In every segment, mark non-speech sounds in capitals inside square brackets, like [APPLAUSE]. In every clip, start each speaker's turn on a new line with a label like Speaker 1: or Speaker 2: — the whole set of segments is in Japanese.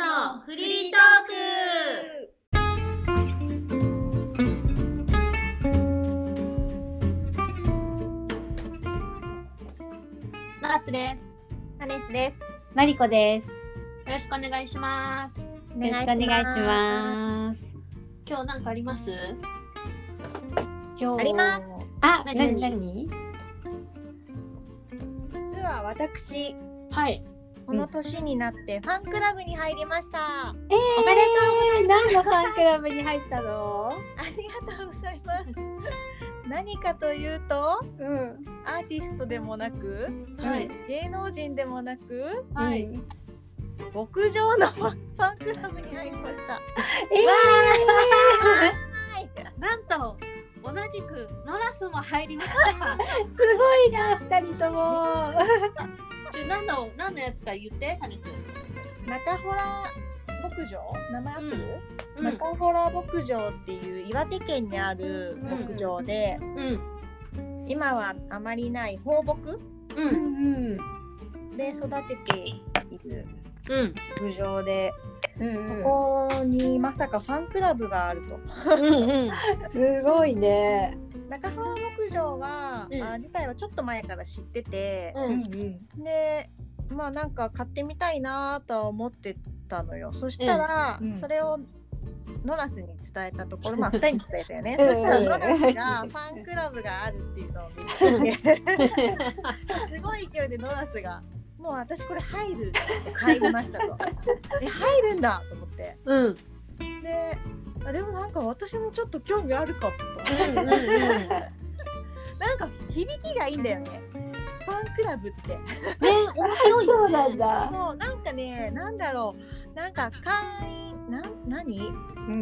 Speaker 1: のフリートーク
Speaker 2: ナースです。
Speaker 1: ナレスです
Speaker 3: のりこです。よ
Speaker 2: よろしくお願いします。
Speaker 1: お
Speaker 3: ろしくお願いします。
Speaker 2: 今日なんかあります？
Speaker 3: 今日
Speaker 1: あります。
Speaker 3: あ、な
Speaker 2: 何
Speaker 3: になに？
Speaker 1: 実は私
Speaker 2: はい。
Speaker 1: この年になってファンクラブに入りました、
Speaker 3: え
Speaker 1: お
Speaker 3: ー、
Speaker 1: めで
Speaker 3: とう。何のファンクラブに入ったの？
Speaker 1: ありがとうございます何かというと
Speaker 3: うん。
Speaker 1: アーティストでもなく
Speaker 2: はい。
Speaker 1: 芸能人でもなく
Speaker 2: はい。
Speaker 3: うん。
Speaker 1: 牧場のファンクラブに入りましたはい
Speaker 2: なんと同じくノラスも入 [LAUGHS] りました。
Speaker 3: えー、すごいな二人とも。
Speaker 2: ちょ何の何のやつか言って、タネツ。
Speaker 1: 中ホラ牧場名前合ってる、
Speaker 2: うん
Speaker 1: 中ホラ牧場っていう岩手県にある牧場で、
Speaker 2: うん
Speaker 1: 今はあまりない放牧
Speaker 2: う
Speaker 3: うんん
Speaker 1: で育てている
Speaker 2: うん。
Speaker 1: 牧場で、
Speaker 3: うん。こ
Speaker 1: ここにまさかファンクラブがあると
Speaker 2: うんうん。
Speaker 3: こすごいね。
Speaker 1: 中ホラ牧場は、
Speaker 2: うん
Speaker 1: あ自体はちょっと前から知ってて、
Speaker 2: う。
Speaker 3: うんん
Speaker 1: でまあなんか買ってみたいなとは思ってたのよそしたら、
Speaker 3: うんうん
Speaker 1: それをノラスに伝えたとこ
Speaker 3: [LAUGHS]
Speaker 1: ろまあ2人に伝えたよね
Speaker 3: うん
Speaker 1: そしたらノラスがファンクラブがあるっていうのを見つけてすごい勢いでノラスが「もう私これ入る」って入りましたと「え入るんだ」と思って
Speaker 2: うんうん
Speaker 1: であでもなんか私もちょっと興味あるかもと
Speaker 2: うん。
Speaker 1: なんか響きがいいんだよねファンクラブって。
Speaker 2: ね面白い
Speaker 3: そ
Speaker 2: よ
Speaker 3: うなん
Speaker 2: ね。
Speaker 3: だ。
Speaker 1: もうなんかね、なんだろう、なんか会員、なん、何、
Speaker 3: う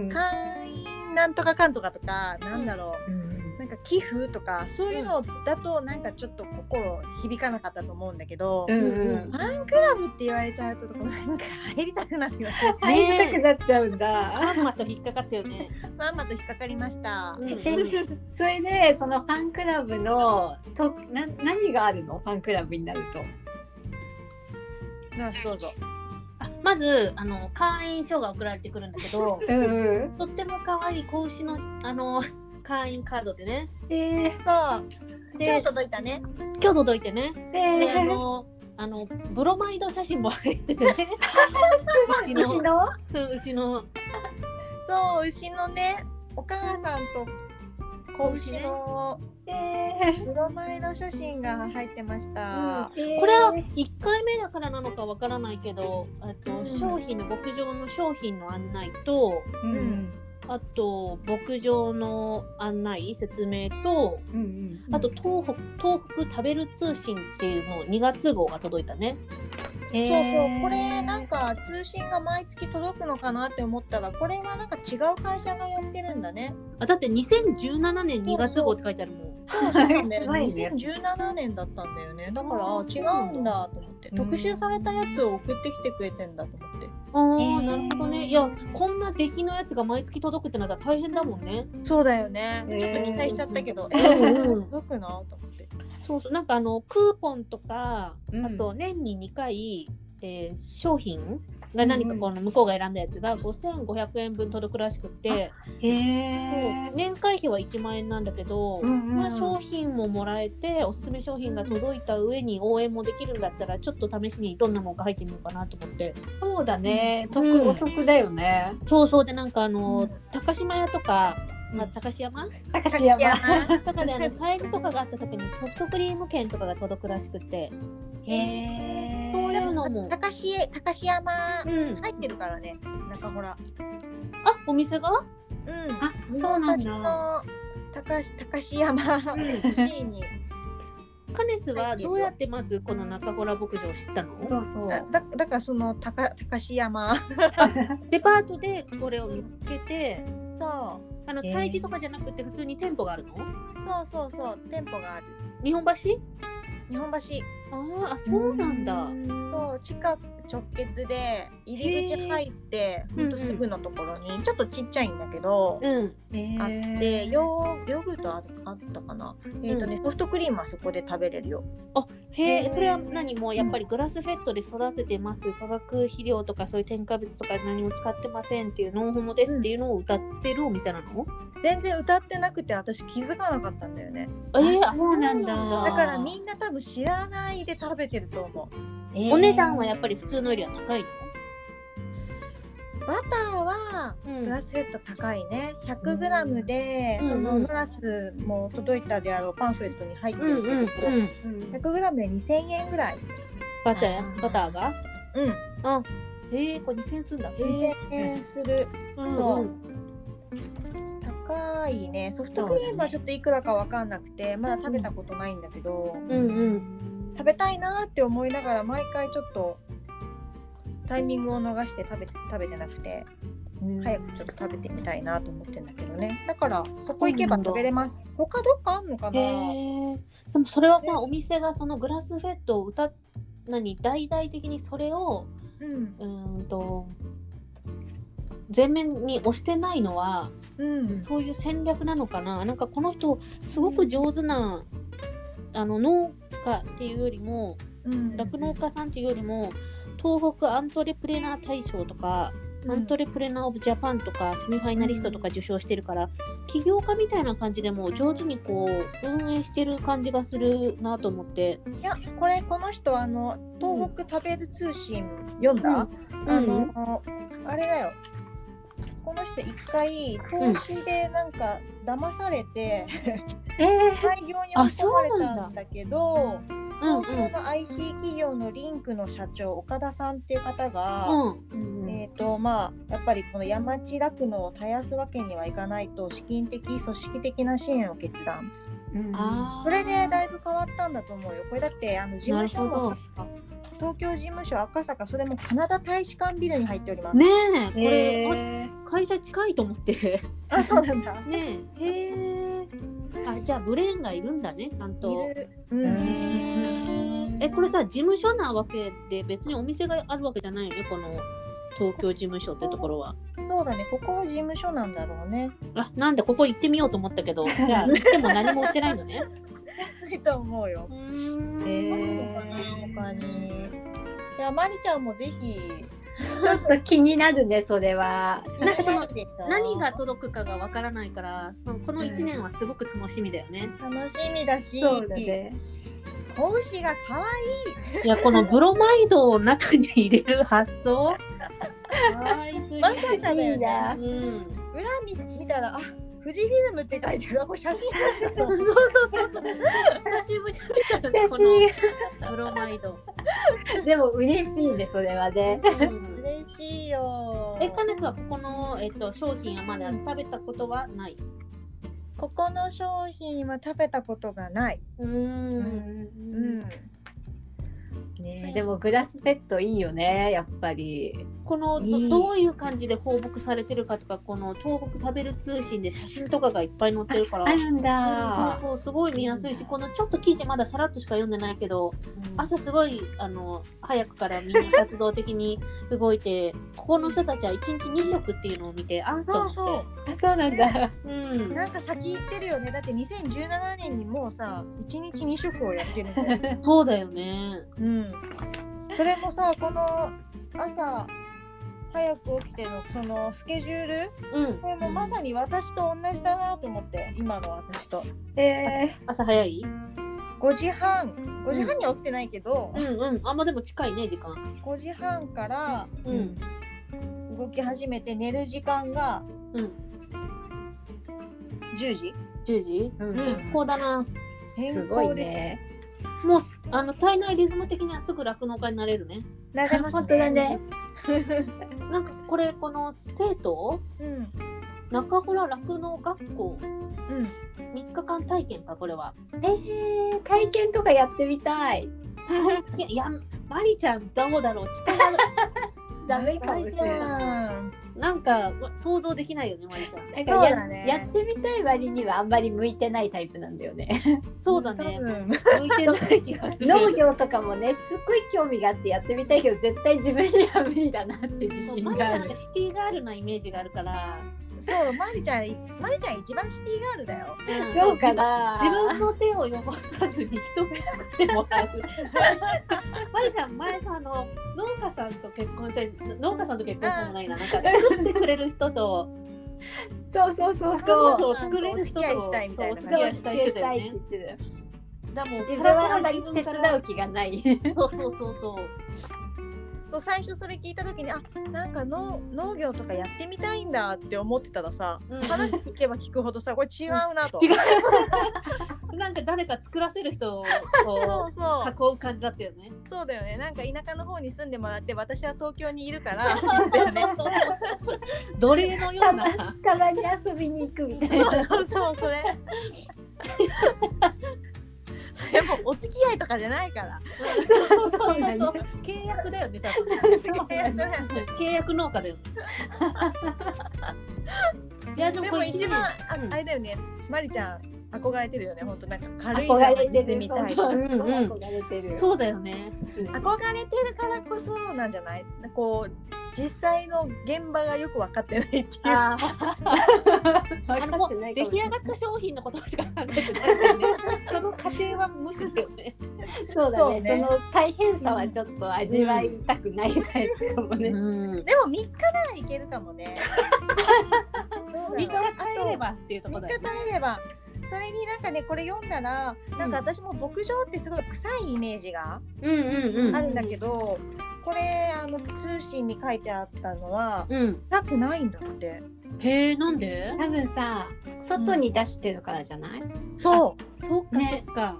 Speaker 3: ん
Speaker 1: 会員なんとかかんとかとか、なんだろう。なんか寄付とか、そういうのだと、なんかちょっと心響かなかったと思うんだけど。
Speaker 3: うん
Speaker 2: うん
Speaker 1: ファンクラブって言われちゃうと、なんか入りたくなるよね。
Speaker 3: 入りたくなっちゃうん
Speaker 2: ま
Speaker 3: だ。
Speaker 2: んまと引っかかったよね。
Speaker 1: まんまと引っかかりました。
Speaker 2: うん
Speaker 3: えそれでそのファンクラブのとな何があるのファンクラブになると。
Speaker 1: などうぞ。
Speaker 2: あまずあの会員証が送られてくるんだけ
Speaker 3: [LAUGHS]
Speaker 2: ど、
Speaker 3: うんうん。
Speaker 2: とっても可愛い子牛のあの会員カードでね。
Speaker 3: えー、
Speaker 1: そう、今日
Speaker 2: で
Speaker 1: 届いたね。
Speaker 2: 今日届いてね。
Speaker 3: え
Speaker 2: であ
Speaker 3: ー、
Speaker 2: のあのブロマイド写真も入ってて
Speaker 3: [LAUGHS]
Speaker 2: ね牛の
Speaker 3: 牛の
Speaker 2: うん牛の
Speaker 1: そう、牛のね、お母さんと。子牛の
Speaker 3: えー
Speaker 1: ブロマイド写真が入ってました。
Speaker 2: これは1回目だからなのかわからないけど、えっと、商品の牧場の商品の案内と
Speaker 3: うんうん
Speaker 2: あと牧場の案内説明と
Speaker 3: うん
Speaker 2: あと東北東北食べる通信っていうのを2月号が届いたね。
Speaker 3: え
Speaker 1: そうそうこれなんか通信が毎月届くのかなって思ったらこれはなんか違う会社がやってるんだね。
Speaker 2: あだって2017年2月号って書いてあるもん。
Speaker 1: そうそうなんだよね
Speaker 3: 前ね
Speaker 1: 2017年だったんだよねだから
Speaker 3: あ
Speaker 1: あ
Speaker 3: ー
Speaker 1: 違うんだと思って
Speaker 3: うん
Speaker 1: 特集されたやつを送ってきてくれてんだと思って
Speaker 2: ああ、
Speaker 3: えー
Speaker 2: なるほどね。いやこんな出来のやつが毎月届くってなったら大変だもんね。
Speaker 1: そうだよね
Speaker 3: ね
Speaker 1: ちょっと期待しちゃったけど
Speaker 2: う
Speaker 1: え
Speaker 2: んうん
Speaker 1: 届くのと思って
Speaker 2: そうそうなんかあのクーポンとか、
Speaker 3: うん
Speaker 2: あと年に2回、えー商品が何かこの向こうが選んだやつが5500円分届くらしくて、
Speaker 3: へえ
Speaker 2: そう年会費は1万円なんだけど、
Speaker 3: ん
Speaker 2: まあ、商品ももらえておすすめ商品が届いた上に応援もできるんだったらちょっと試しにどんなもんか入ってみようかなと思って
Speaker 3: そうだね
Speaker 2: 得
Speaker 3: 得、
Speaker 2: お
Speaker 3: お得だよね
Speaker 2: そうそうでなんかあの、
Speaker 1: うん
Speaker 2: 高島屋とか、まあ、高島山
Speaker 3: 高
Speaker 1: 高
Speaker 3: 橋
Speaker 1: 知
Speaker 3: 山
Speaker 1: [LAUGHS] 山
Speaker 2: とかであの催事とかがあった時にソフトクリーム券とかが届くらしくて
Speaker 3: へえ
Speaker 2: そういうのも、
Speaker 1: 高志江高志山
Speaker 2: うん、
Speaker 1: 入ってるからね中ほら
Speaker 2: あお店が
Speaker 1: うん
Speaker 3: あそうなん
Speaker 1: 日本
Speaker 3: だ
Speaker 1: 橋の高志高志 [LAUGHS] 山 C に
Speaker 2: カネスはどうやってまずこの中ほら牧場を知ったの
Speaker 3: そうそう
Speaker 1: あだだからその高高志山
Speaker 2: デパートでこれを見つけて
Speaker 1: そう
Speaker 2: あの
Speaker 3: えー
Speaker 2: 催事とかじゃなくて普通に店舗があるの
Speaker 1: そうそうそう店舗がある
Speaker 2: 日本橋
Speaker 1: 日本橋
Speaker 2: あーあそうなんだ
Speaker 1: と近く直結で入り口入ってほんとすぐのところにちょっとちっちゃいんだけど、
Speaker 2: うん。
Speaker 1: あってヨーヨーグルトああったかな、えっ、とねソフトクリームはそこで食べれるよ
Speaker 2: へ
Speaker 3: へ
Speaker 2: え、
Speaker 3: ー
Speaker 2: それは何もうやっぱりグラスフェットで育ててます、化学肥料とかそういう添加物とか何も使ってませんっていうノンホモですっていうのを歌ってるお店なの、
Speaker 1: 全然歌ってなくて私気づかなかったんだよね
Speaker 2: えー
Speaker 3: あそうなんだ
Speaker 2: あそう
Speaker 1: だ
Speaker 2: な
Speaker 1: からみんな多分知らないで食べてると思う
Speaker 2: お値段はやっぱり普通のよりは高いの、
Speaker 1: バターは
Speaker 2: うん
Speaker 1: グラスフェット高いね 100g で、
Speaker 2: うん
Speaker 1: そ
Speaker 2: うん
Speaker 1: の
Speaker 2: うん
Speaker 1: ノラスも届いたであろうパンフレットに入って
Speaker 2: うん
Speaker 1: る
Speaker 2: う
Speaker 1: けど、
Speaker 2: んうん。
Speaker 3: うん。
Speaker 1: 100g で2000円ぐらい、
Speaker 2: バター、バターが
Speaker 1: うん、
Speaker 2: へえ、これ2000円すんだ。へ
Speaker 1: 2000円する
Speaker 2: え、
Speaker 1: そう
Speaker 2: うん。
Speaker 1: 高いねソフトクリームはちょっといくらか分かんなくてまだ食べたことないんだけど、
Speaker 2: うんうん。
Speaker 1: 食べたいなーって思いながら毎回ちょっとタイミングを逃して食べ食べてなくて早くちょっと食べてみたいなと思ってんだけどねだからそこ行けば食べれます他どっかあんのか
Speaker 2: へ
Speaker 1: な
Speaker 2: え。でもそれはさ、お店がそのグラスフェットを歌っ何大々的にそれを
Speaker 1: うん
Speaker 2: うーんと全面に押してないのは
Speaker 1: うん
Speaker 2: そういう戦略なのかななんかこの人すごく上手な、あの農家っていうよりも
Speaker 1: うん
Speaker 2: 酪農家さんっていうよりも東北アントレプレナー大賞とか、アントレプレナー・オブ・ジャパンとかセミファイナリストとか受賞してるから、起業家みたいな感じでもう上手にこう運営してる感じがするなと思って、
Speaker 1: いやこれこの人あの東北食べる通信読んだ、
Speaker 2: ん
Speaker 1: あの、あれだよこの人一回投資でなんか騙されて、
Speaker 3: えー
Speaker 1: 採用に追い込まれたんだけど東京の IT 企業のリンクの社長岡田さんっていう方が、
Speaker 2: うん
Speaker 1: えーとまあ、やっぱりこの山地酪農を絶やすわけにはいかないと資金的組織的な支援を決断
Speaker 3: うん
Speaker 2: あー
Speaker 1: それでだいぶ変わったんだと思うよこれだってあの事務所も
Speaker 2: なる
Speaker 1: さ東京事務所赤坂それもカナダ大使館ビルに入っております、
Speaker 2: ねえこれ、
Speaker 3: えー
Speaker 2: あ会社近いと思って
Speaker 1: あそうなんだ
Speaker 2: [LAUGHS] ねえへえあじゃあブレーンがいるんだねちゃんと
Speaker 1: いる、うん
Speaker 2: えこれさ事務所なわけで別にお店があるわけじゃないよねこの東京事務所ってところは
Speaker 1: そうだねここは事務所なんだろうね [LAUGHS]
Speaker 2: あなんでここ行ってみようと思ったけどじゃあ行っても何も売ってないのね
Speaker 1: いいと思うよ
Speaker 2: うーん
Speaker 1: ある
Speaker 3: え
Speaker 1: のかな他に。いや、まりちゃんもぜひ。
Speaker 3: ーちょっと気になるねそれは。
Speaker 2: なんかその [LAUGHS] 何が
Speaker 1: 楽
Speaker 2: 届くかがわからないからそのこの1年はすごく楽しみだよね。
Speaker 1: しみだし、
Speaker 3: そうだね。
Speaker 1: 講師が可
Speaker 2: いやこのブロマイドを中に入れる発想 [LAUGHS] かわいすぎ
Speaker 1: 愛い。まさかだ
Speaker 3: い
Speaker 1: よ
Speaker 3: い
Speaker 1: ね。
Speaker 3: な。
Speaker 2: うん、
Speaker 1: 裏見せ見たら、あ、富士フィルムって書いてる。あこれ写真なんだ
Speaker 2: [LAUGHS] そうそうそうそう久しぶりだったね
Speaker 3: 写
Speaker 2: この
Speaker 3: 真
Speaker 2: ブロマイド。
Speaker 3: でも嬉しいねそれはね。
Speaker 2: うん
Speaker 1: 嬉しいよ。
Speaker 2: えカネスはここの、えっと、商品はまだ食べたことはない。
Speaker 1: ここの商品は食べたことがない。
Speaker 2: う
Speaker 3: う
Speaker 1: う
Speaker 3: ん
Speaker 1: ん。
Speaker 3: ねでもグラスペットいいよねやっぱり。
Speaker 2: このど,、
Speaker 1: いい
Speaker 2: どういう感じで放牧されてるかとかこの東北食べる通信で写真とかがいっぱい載ってるから
Speaker 3: あるん
Speaker 2: うん
Speaker 3: だ。
Speaker 2: そうすごい見やすいしこのちょっと記事まださらっとしか読んでないけど朝すごいあの早くからみんな活動的に動いてここの人たちは1日2食っていうのを見てああと思って
Speaker 1: そう
Speaker 3: あそうなんだ。
Speaker 2: うん
Speaker 1: なんか先行ってるよね。だって2017年にもうさ、一日二食をやってるんだよ。
Speaker 2: そうだよね
Speaker 1: うん、それもさこの朝早く起きてのそのスケジュール
Speaker 2: うん
Speaker 1: これもまさに私と同じだなと思って今の私と
Speaker 3: [LAUGHS] え
Speaker 2: 朝早い
Speaker 1: 5時半5時半には起きてないけど、
Speaker 2: うんうんあんまでも近いね時間
Speaker 1: 5時半から
Speaker 2: うん
Speaker 1: 動き始めて寝る時間が
Speaker 2: うん
Speaker 1: 10時
Speaker 2: 10時、
Speaker 3: うん
Speaker 2: 結構だな
Speaker 3: ー、
Speaker 1: 変
Speaker 3: す
Speaker 1: 更
Speaker 3: ごい
Speaker 1: です
Speaker 3: ね。
Speaker 2: もうあの体内リズム的にはすぐ酪農家になれるね
Speaker 1: なれますね
Speaker 3: 本当だね。
Speaker 2: [LAUGHS] なんかこれこの生徒
Speaker 1: うん
Speaker 2: 中ほら酪農学校
Speaker 1: うん
Speaker 2: 3日間体験かこれ [LAUGHS] は
Speaker 3: えー、体験とかやってみたい。
Speaker 2: いやいやマリちゃんどうだろう力
Speaker 3: ダメかもしれない。
Speaker 1: ない。
Speaker 2: なんかわ想像できないよね、まりちゃん。
Speaker 3: なん
Speaker 1: そう
Speaker 3: かや
Speaker 1: だね
Speaker 3: やってみたい割にはあんまり向いてないタイプなんだよね。
Speaker 2: そうだ
Speaker 1: 多
Speaker 2: ね。
Speaker 1: 分
Speaker 2: 向いてない気 [LAUGHS] がする。
Speaker 3: 農業とかもねすっごい興味があってやってみたいけど絶対自分には無理だなって自信
Speaker 2: マリち
Speaker 3: が
Speaker 2: ゃ
Speaker 3: あ
Speaker 2: んなん
Speaker 3: る
Speaker 2: か。シティガールなイメージがあるから、
Speaker 1: そう、まりちゃん、まりちゃん一番シティガールだよ。
Speaker 2: うん
Speaker 3: そうかな。
Speaker 2: 自分の手を汚さずに人に作ってもらう。マリさん前さあの農家さんと結婚して農家さんと結婚したじゃないななんか作ってくれる人と
Speaker 3: そうそうそう
Speaker 2: そ
Speaker 3: そうう。
Speaker 2: そう作れる人と
Speaker 1: お付き合いしたいみたいな
Speaker 2: そうお付
Speaker 3: そ
Speaker 2: き
Speaker 3: う
Speaker 2: 合
Speaker 3: お
Speaker 2: いし
Speaker 3: 付き
Speaker 2: た
Speaker 3: 合
Speaker 2: い
Speaker 3: い
Speaker 2: 人だよ
Speaker 3: したいって
Speaker 2: ね
Speaker 3: 言ってる。
Speaker 2: だからもう
Speaker 3: 自分はあんまり
Speaker 2: 自
Speaker 3: 手
Speaker 2: 分から
Speaker 3: 伝う気がない。
Speaker 2: そうそうそうそう
Speaker 1: そう最初それ聞いた時にあなんか農農業とかやってみたいんだって思ってたらさ、
Speaker 2: うん
Speaker 1: 話聞けば聞くほどさこれ違うなと、
Speaker 2: 違うなんか誰か作らせる人を
Speaker 1: そ
Speaker 2: こ
Speaker 1: うそう
Speaker 2: う囲う感じだったよね
Speaker 1: そうだよねなんか田舎の方に住んでもらって私は東京にいるからそうだよね
Speaker 2: 奴隷のような
Speaker 3: たまに遊びに行くみたいな。
Speaker 1: そうそうそうそれ [LAUGHS] それもうお付き合いとかじゃないから
Speaker 2: そうそうそうそう契約だよね多分
Speaker 1: そうだね
Speaker 2: 契約農家だよねいやでも
Speaker 1: で
Speaker 2: こ
Speaker 1: も
Speaker 2: れ
Speaker 1: 一番あ
Speaker 2: うん
Speaker 1: あれだよねまりちゃん憧れてるよね本当なんか軽いの
Speaker 3: 憧れ
Speaker 1: に
Speaker 3: て
Speaker 1: して
Speaker 3: る。
Speaker 1: み
Speaker 3: そ
Speaker 1: た
Speaker 3: う
Speaker 1: い
Speaker 3: そううんそ
Speaker 2: う
Speaker 3: う
Speaker 2: ん
Speaker 3: 憧れてる。
Speaker 2: そうだよね
Speaker 1: 憧れてるからこそなんじゃないこう実際の現場がよく分かってないっていうか
Speaker 3: ああ。
Speaker 2: あのもう出来上がった商品のことしか考えてないよねその過程は無視だよね
Speaker 3: そうだ
Speaker 1: そう
Speaker 3: ね
Speaker 1: ね
Speaker 3: その大変さはちょっと味わいたくないタイプかもね。
Speaker 2: うん
Speaker 1: でも3日ならいけるかも
Speaker 2: [LAUGHS]
Speaker 1: ね3
Speaker 2: 3日耐えればっていうとこ
Speaker 1: 3
Speaker 2: ろ
Speaker 1: 日
Speaker 2: だよね
Speaker 1: 耐えればそれになんかねこれ読んだらなんか私も牧場ってすごい臭いイメージが
Speaker 2: うんうんうん
Speaker 1: あるんだけど、これあの通信に書いてあったのは
Speaker 2: うん
Speaker 1: 臭くないんだって
Speaker 2: へえなんで
Speaker 3: 多分さ外に出してるからじゃない？
Speaker 1: そう
Speaker 2: そうかそ
Speaker 3: ね
Speaker 2: うか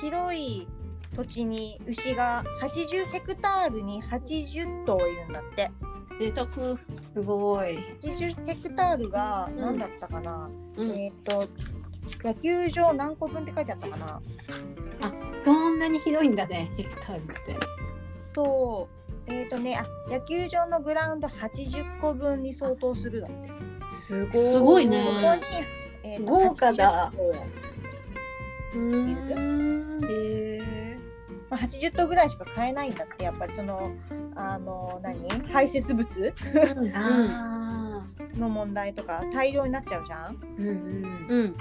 Speaker 1: 広い土地に牛が80ヘクタールに80頭いるんだって
Speaker 2: 贅沢
Speaker 3: すごい。
Speaker 1: 80ヘクタールが
Speaker 2: ん
Speaker 1: 何だったかな、
Speaker 2: うん
Speaker 1: えーっ、と野球場何個分って書いてあったかな
Speaker 3: あそんなに広いんだねヘクタールって。
Speaker 1: そうえーっ、とねあ野球場のグラウンド80個分に相当するだってこ
Speaker 3: すごい。
Speaker 2: すごい
Speaker 1: こ
Speaker 2: ね
Speaker 1: に、えーっと
Speaker 3: 豪華だ
Speaker 1: 80頭
Speaker 2: うーん
Speaker 3: へ
Speaker 1: まあ80頭ぐらいしか買えないんだってやっぱりそのあの何排泄物
Speaker 3: ーあ
Speaker 1: の問題とか大量になっちゃうじゃん
Speaker 3: ーうんうん。
Speaker 2: うん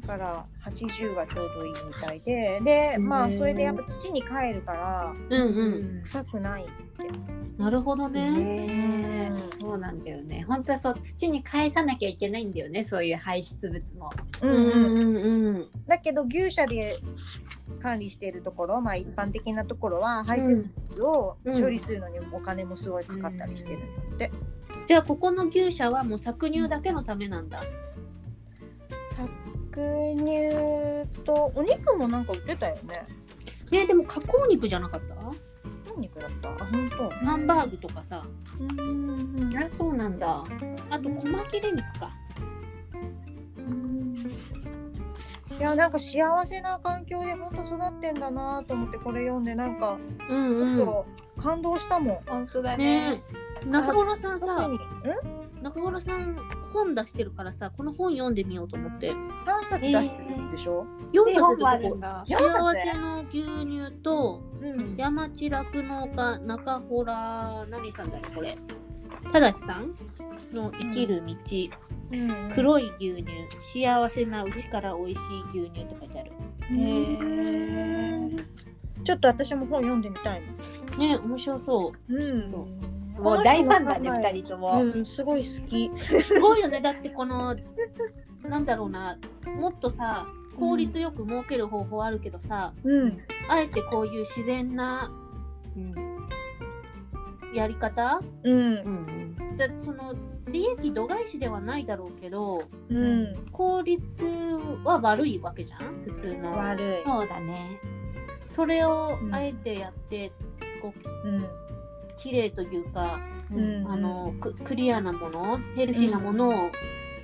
Speaker 1: だから80がちょうどいいみたいででま
Speaker 3: う
Speaker 1: あ
Speaker 3: ん
Speaker 1: それでやっぱ土に帰るから
Speaker 2: うん
Speaker 3: う
Speaker 2: うん
Speaker 3: ん
Speaker 1: 臭くない
Speaker 2: なるほどね
Speaker 3: ねえそうなんだよね本当はそう土に返さなきゃいけないんだよねそういう排出物も
Speaker 1: う
Speaker 2: うんうん
Speaker 1: だけど牛舎で管理しているところまあ一般的なところは排泄物を
Speaker 2: うん
Speaker 1: 処理するのにお金もすごいかかったりしてるので、
Speaker 2: じゃあここの牛舎はもう搾乳だけのためなんだ
Speaker 1: 搾乳とお肉もなんか売ってたよね
Speaker 2: ねでも加工肉じゃなかった
Speaker 1: 何肉だったあ本当
Speaker 2: ハンバーグとかさ
Speaker 1: うん
Speaker 3: あそうなんだ
Speaker 2: あと細切れ肉か
Speaker 1: いやなんか幸せな環境で本当育ってんだなと思ってこれ読んでなんか
Speaker 2: うん
Speaker 1: ちょっと感動したもん。
Speaker 3: 本当だ
Speaker 2: ねえ中頃さん
Speaker 1: 特
Speaker 2: さ
Speaker 1: にん
Speaker 2: 中頃さん本出してるからさこの本読んでみようと思って
Speaker 1: 何冊出してるんでしょ、
Speaker 2: 4
Speaker 3: 日本
Speaker 2: 冊
Speaker 3: もあ
Speaker 2: でこ
Speaker 3: るん
Speaker 2: こ
Speaker 3: だ
Speaker 1: 四冊
Speaker 2: 幸せの牛乳と
Speaker 1: うん
Speaker 2: 山地酪農家中洞何さんだろうこれただしさんの生きる道、
Speaker 1: うん
Speaker 2: 黒い牛乳幸せなうちから美味しい牛乳って書いてある
Speaker 3: へえ
Speaker 1: ちょっと私も本読んでみたいの。
Speaker 2: ね面白そう
Speaker 1: うん
Speaker 2: そう
Speaker 3: もう大ファンだね
Speaker 1: はい
Speaker 3: 二人とも
Speaker 1: うん、すごい好き。
Speaker 2: すごいよねだってこの [LAUGHS] なんだろうなもっとさ効率よく儲ける方法あるけどさ、
Speaker 1: うん、
Speaker 2: あえてこういう自然なやり方
Speaker 1: うん、
Speaker 2: だその利益度外視ではないだろうけど
Speaker 1: うん、
Speaker 2: 効率は悪いわけじゃん普通の
Speaker 1: 悪い。
Speaker 3: そうだね
Speaker 2: それをあえてやって
Speaker 1: うん、
Speaker 2: 綺麗というか、
Speaker 1: うん
Speaker 2: あのククリアなものヘルシーなものを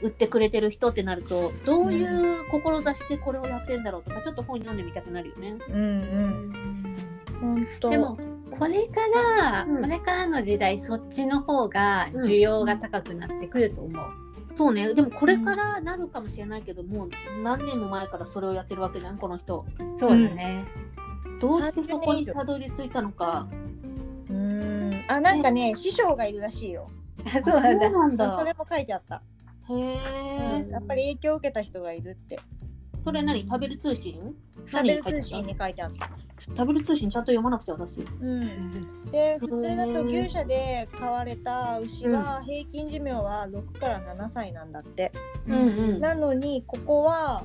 Speaker 2: 売ってくれてる人ってなるとどういう志でこれをやってんだろうとかちょっと本読んでみたくなるよね。
Speaker 1: うん、うん、本当。
Speaker 2: でも
Speaker 3: これから、
Speaker 2: うん
Speaker 3: これからの時代そっちの方が需要が高くなってくると思う。
Speaker 2: そうねでもこれからなるかもしれないけどもう何年も前からそれをやってるわけじゃんこの人
Speaker 3: そうだね。
Speaker 2: どうしてそこにたどり着いたのか
Speaker 1: うんあなんかね師匠がいるらしいよ
Speaker 3: あ [LAUGHS] そうなんだ。
Speaker 2: なんだ
Speaker 1: それも書いてあった、
Speaker 2: へえ、
Speaker 1: うんやっぱり影響を受けた人がいるって
Speaker 2: それ何食べる通信
Speaker 1: 食
Speaker 2: 何
Speaker 1: べる
Speaker 2: 書いてあ
Speaker 1: 通
Speaker 2: った
Speaker 1: 信に書いてあった、
Speaker 2: 食べる通信ちゃんと読まなくちゃ私
Speaker 1: うん、で普通だと牛舎で飼われた牛は平均寿命は6から7歳なんだって、
Speaker 2: うんうん
Speaker 1: なのにここは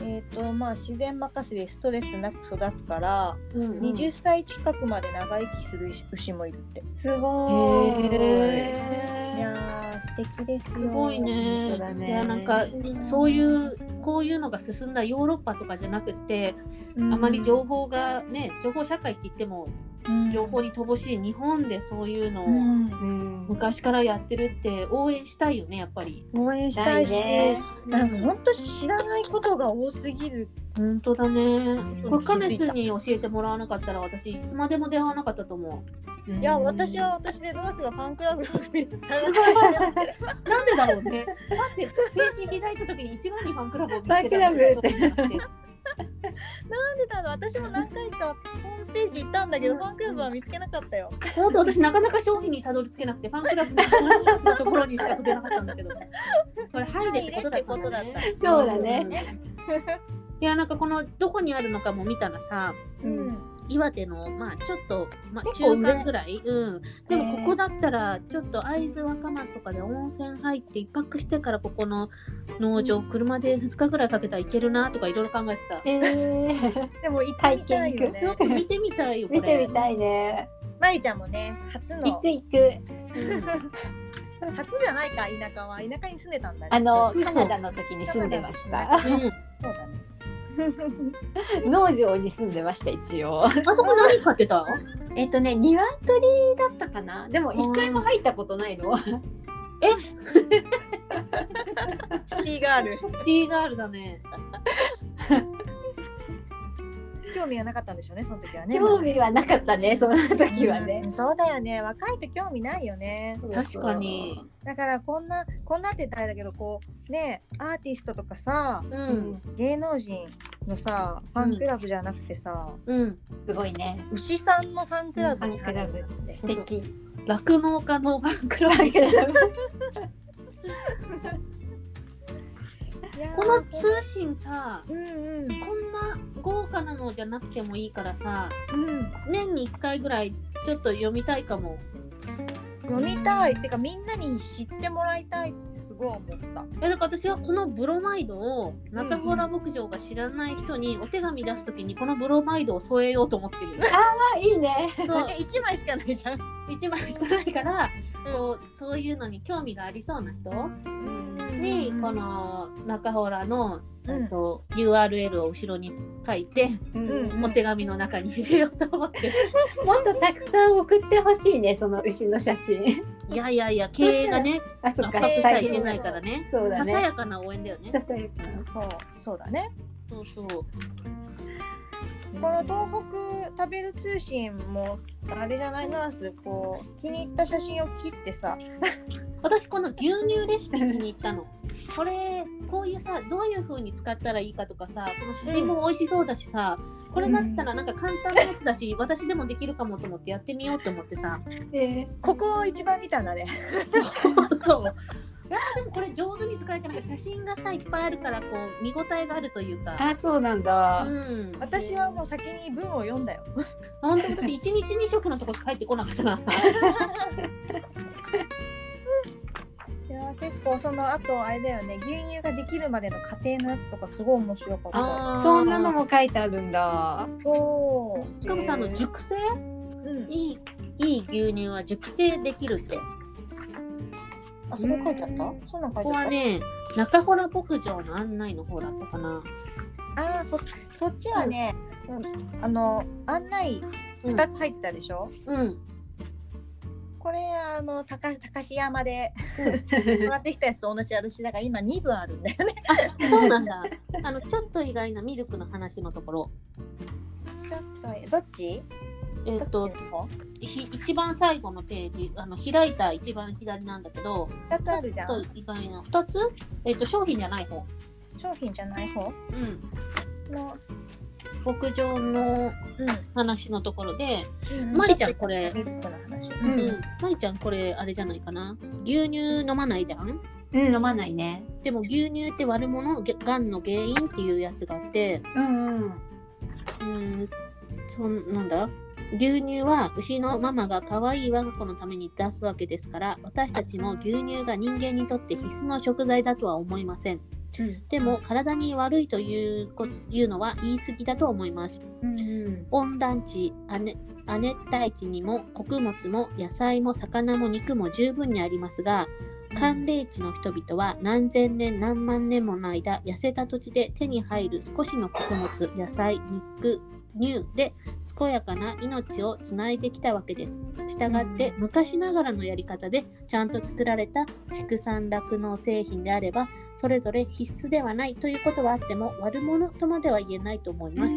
Speaker 1: えーとまあ、自然任せでストレスなく育つから、
Speaker 2: うんうん
Speaker 1: 20歳近くまで長生きする牛もいるって
Speaker 3: すご
Speaker 2: へ
Speaker 3: ーい。
Speaker 1: い
Speaker 2: え
Speaker 1: やー素敵ですよ
Speaker 2: すごいね
Speaker 3: 本当だね
Speaker 2: いやなんかそういうこういうのが進んだヨーロッパとかじゃなくてあまり情報がね情報社会って言っても情報に乏しい日本でそういうのを、
Speaker 1: うん
Speaker 3: うん
Speaker 2: 昔からやってるって応援したいよねやっぱり
Speaker 1: 応援したいし、
Speaker 3: ないね
Speaker 1: なんか本当知らないことが多すぎる。
Speaker 2: 本当だね
Speaker 1: うん
Speaker 2: これカネスに教えてもらわなかったら私いつまでも出会わなかったと思
Speaker 1: いや、
Speaker 3: うん
Speaker 1: 私は私でロースがファンクラブを見て
Speaker 2: [LAUGHS]
Speaker 1: た
Speaker 2: うなんでだろうねだってページ開いた時に一番にファンクラブを見つけた
Speaker 3: ファンクラブ
Speaker 2: て
Speaker 1: なんでだろう私も何回かホームページ行ったんだけど、ファンクラブは見つけなかったよ。
Speaker 2: 本当私なかなか商品にたどり着けなくてファンクラブのところにしか飛べなかったんだけどこれ入れってことだったんだね
Speaker 1: 入れって
Speaker 3: ことだったそうだね
Speaker 2: いやなんかこのどこにあるのかも見たらさ
Speaker 1: うん。
Speaker 2: 岩手のまあちょっと、まあ、
Speaker 1: 結構
Speaker 2: 中
Speaker 1: 上
Speaker 2: 間ぐらい、うん、でもここだったらちょっと会津若松とかで温泉入って一泊してからここの農場車で2日ぐらいかけたら行けるなとかいろいろ考えてた。
Speaker 3: えー
Speaker 1: でも行ってみたいよね
Speaker 2: よ。く見てみたいよこれ
Speaker 3: [LAUGHS] 見てみたいね。
Speaker 1: マリちゃんもね、初の
Speaker 3: 行く行く。
Speaker 2: うん
Speaker 1: 初じゃないか田舎は田舎に住んでたんだね。
Speaker 3: あの
Speaker 2: 嘘
Speaker 3: カナダの時に住んでました。
Speaker 2: うん
Speaker 1: そうだね。
Speaker 3: 農場に住んでました一応。
Speaker 2: あそこ何買って
Speaker 3: [LAUGHS]
Speaker 2: た
Speaker 3: えっとね鶏だったかな。でも一回も入ったことないの。
Speaker 1: シティガー
Speaker 3: [LAUGHS]
Speaker 1: ル。
Speaker 2: ?D ガールだね。
Speaker 1: 興味がなかったんでしょうね、その時はね。
Speaker 3: 興味はなかったねその時は
Speaker 1: う
Speaker 3: ね
Speaker 1: ん。そうだよね。若いと興味ないよね。
Speaker 2: 確かに。
Speaker 1: だからこんなこんなって言ったらあれだけどこうねアーティストとかさ
Speaker 2: う
Speaker 3: うんん。
Speaker 1: 芸能人のさファンクラブじゃなくてさ、
Speaker 2: うん
Speaker 3: すごいね。
Speaker 1: 牛さんのファンクラブに入
Speaker 3: ファ
Speaker 1: る
Speaker 3: ン
Speaker 1: なんて
Speaker 3: 素敵。
Speaker 2: 酪農家のファンクラブ
Speaker 1: いやー
Speaker 2: この通信さ
Speaker 1: うんうん
Speaker 2: こんな豪華なのじゃなくてもいいからさ
Speaker 1: うん
Speaker 2: 年に1回ぐらいちょっと読みたいかも。
Speaker 1: 読みたいってかみんなに知ってもらいたいってすごい思った
Speaker 2: えだから私はこのブロマイドを中ホラ牧場が知らない人にお手紙出す時にこのブロマイドを添えようと思ってる。 [LAUGHS]
Speaker 3: あいいね。
Speaker 2: そう
Speaker 1: え一枚しかないじゃん
Speaker 2: 一枚しかないからこうそういうのに興味がありそうな人にこの中ホラの、
Speaker 1: うん
Speaker 2: えっと URL を後ろに書いて、
Speaker 1: うん
Speaker 2: お手紙の中に入れようと思ってる。
Speaker 3: もっとたくさん送ってほしいねその牛の写真。
Speaker 2: いやいやいや経営がね
Speaker 3: あそっ
Speaker 2: 圧
Speaker 3: か
Speaker 2: 迫したらいけないからね。
Speaker 3: そうだ
Speaker 2: ささ
Speaker 3: ね。
Speaker 2: やかな応援だよね
Speaker 3: さ。さやかな
Speaker 1: そうそうだね
Speaker 2: そうそう。
Speaker 1: この東北食べる通信もあれじゃないナースこう気に入った写真を切ってさ
Speaker 2: 私この牛乳レシピ気に入ったの。これこういうさどういう風に使ったらいいかとかさこの写真も美味しそうだしさ、これだったらなんか簡単なやつだし、私でもできるかもと思ってやってみようと思ってさ
Speaker 3: えー
Speaker 1: ここを一番見たんだね
Speaker 2: そうやっぱでもこれ上手に使えてなんか写真がさいっぱいあるからこう見応えがあるというか。
Speaker 3: あそうなんだ
Speaker 2: う。ん、
Speaker 1: 私はもう先に文を読んだよ
Speaker 2: 本当私一日二食のとこしか入ってこなかったな。
Speaker 1: いやー結構そのあとあれだよね牛乳ができるまでの過程のやつとかすごい面白かった
Speaker 3: そんなのも書いてあるんだ。
Speaker 1: そ
Speaker 2: しかもさあの
Speaker 3: えー
Speaker 2: 熟成
Speaker 1: う、うん、
Speaker 2: いいいい牛乳は熟成できるって。
Speaker 1: あそこ書いてあったそんなん
Speaker 2: こ
Speaker 1: 書い
Speaker 2: こ
Speaker 1: てあ
Speaker 2: は
Speaker 1: った、
Speaker 2: ね、中ほら牧場の案内の方だったかな。
Speaker 1: ああそそっちはね、うん、あの案内
Speaker 2: うん、
Speaker 1: 2つ入ってたでしょ、
Speaker 2: うん、
Speaker 1: これあの高高志山でもらってきたやつと同じ私だから今2部あるんだよね
Speaker 2: そうなんだ。 [LAUGHS] あの、ちょっと意外なミルクの話のところ。
Speaker 1: ちょっとどっち
Speaker 2: えっ、と
Speaker 1: どっちの方
Speaker 2: ひ一番最後のページあの開いた一番左なんだけど
Speaker 1: 二つあるじゃ
Speaker 2: ちょっ
Speaker 1: ん。
Speaker 2: と意外な2つ、えっと商品じゃない方、
Speaker 1: 商品じゃない方
Speaker 2: うん、
Speaker 1: の。
Speaker 2: 牧場の
Speaker 1: う
Speaker 2: 話のところで、
Speaker 1: ん
Speaker 2: まりちゃんこれ
Speaker 1: ミルクの話。
Speaker 3: う
Speaker 2: うんんまりちゃんこれあれじゃないかな牛乳飲まないじゃん
Speaker 3: うん、飲まないね。
Speaker 2: でも牛乳って悪者げがんの原因っていうやつがあって
Speaker 3: うんうん。
Speaker 2: うーんそんなんだ牛乳は牛のママが可愛い我が子のために出すわけですから私たちも牛乳が人間にとって必須の食材だとは思いませんでも体に悪いというこいうのは言い過ぎだと思います
Speaker 3: うんうん。
Speaker 2: 温暖地亜熱亜熱帯地にも穀物も野菜も魚も肉も十分にありますが寒冷地の人々は何千年何万年もの間痩せた土地で手に入る少しの穀物野菜肉乳で健やかな命をつないできたわけです。したがって昔ながらのやり方でちゃんと作られた畜産酪農製品であればそれぞれ必須ではないということはあっても悪者とまでは言えないと思います。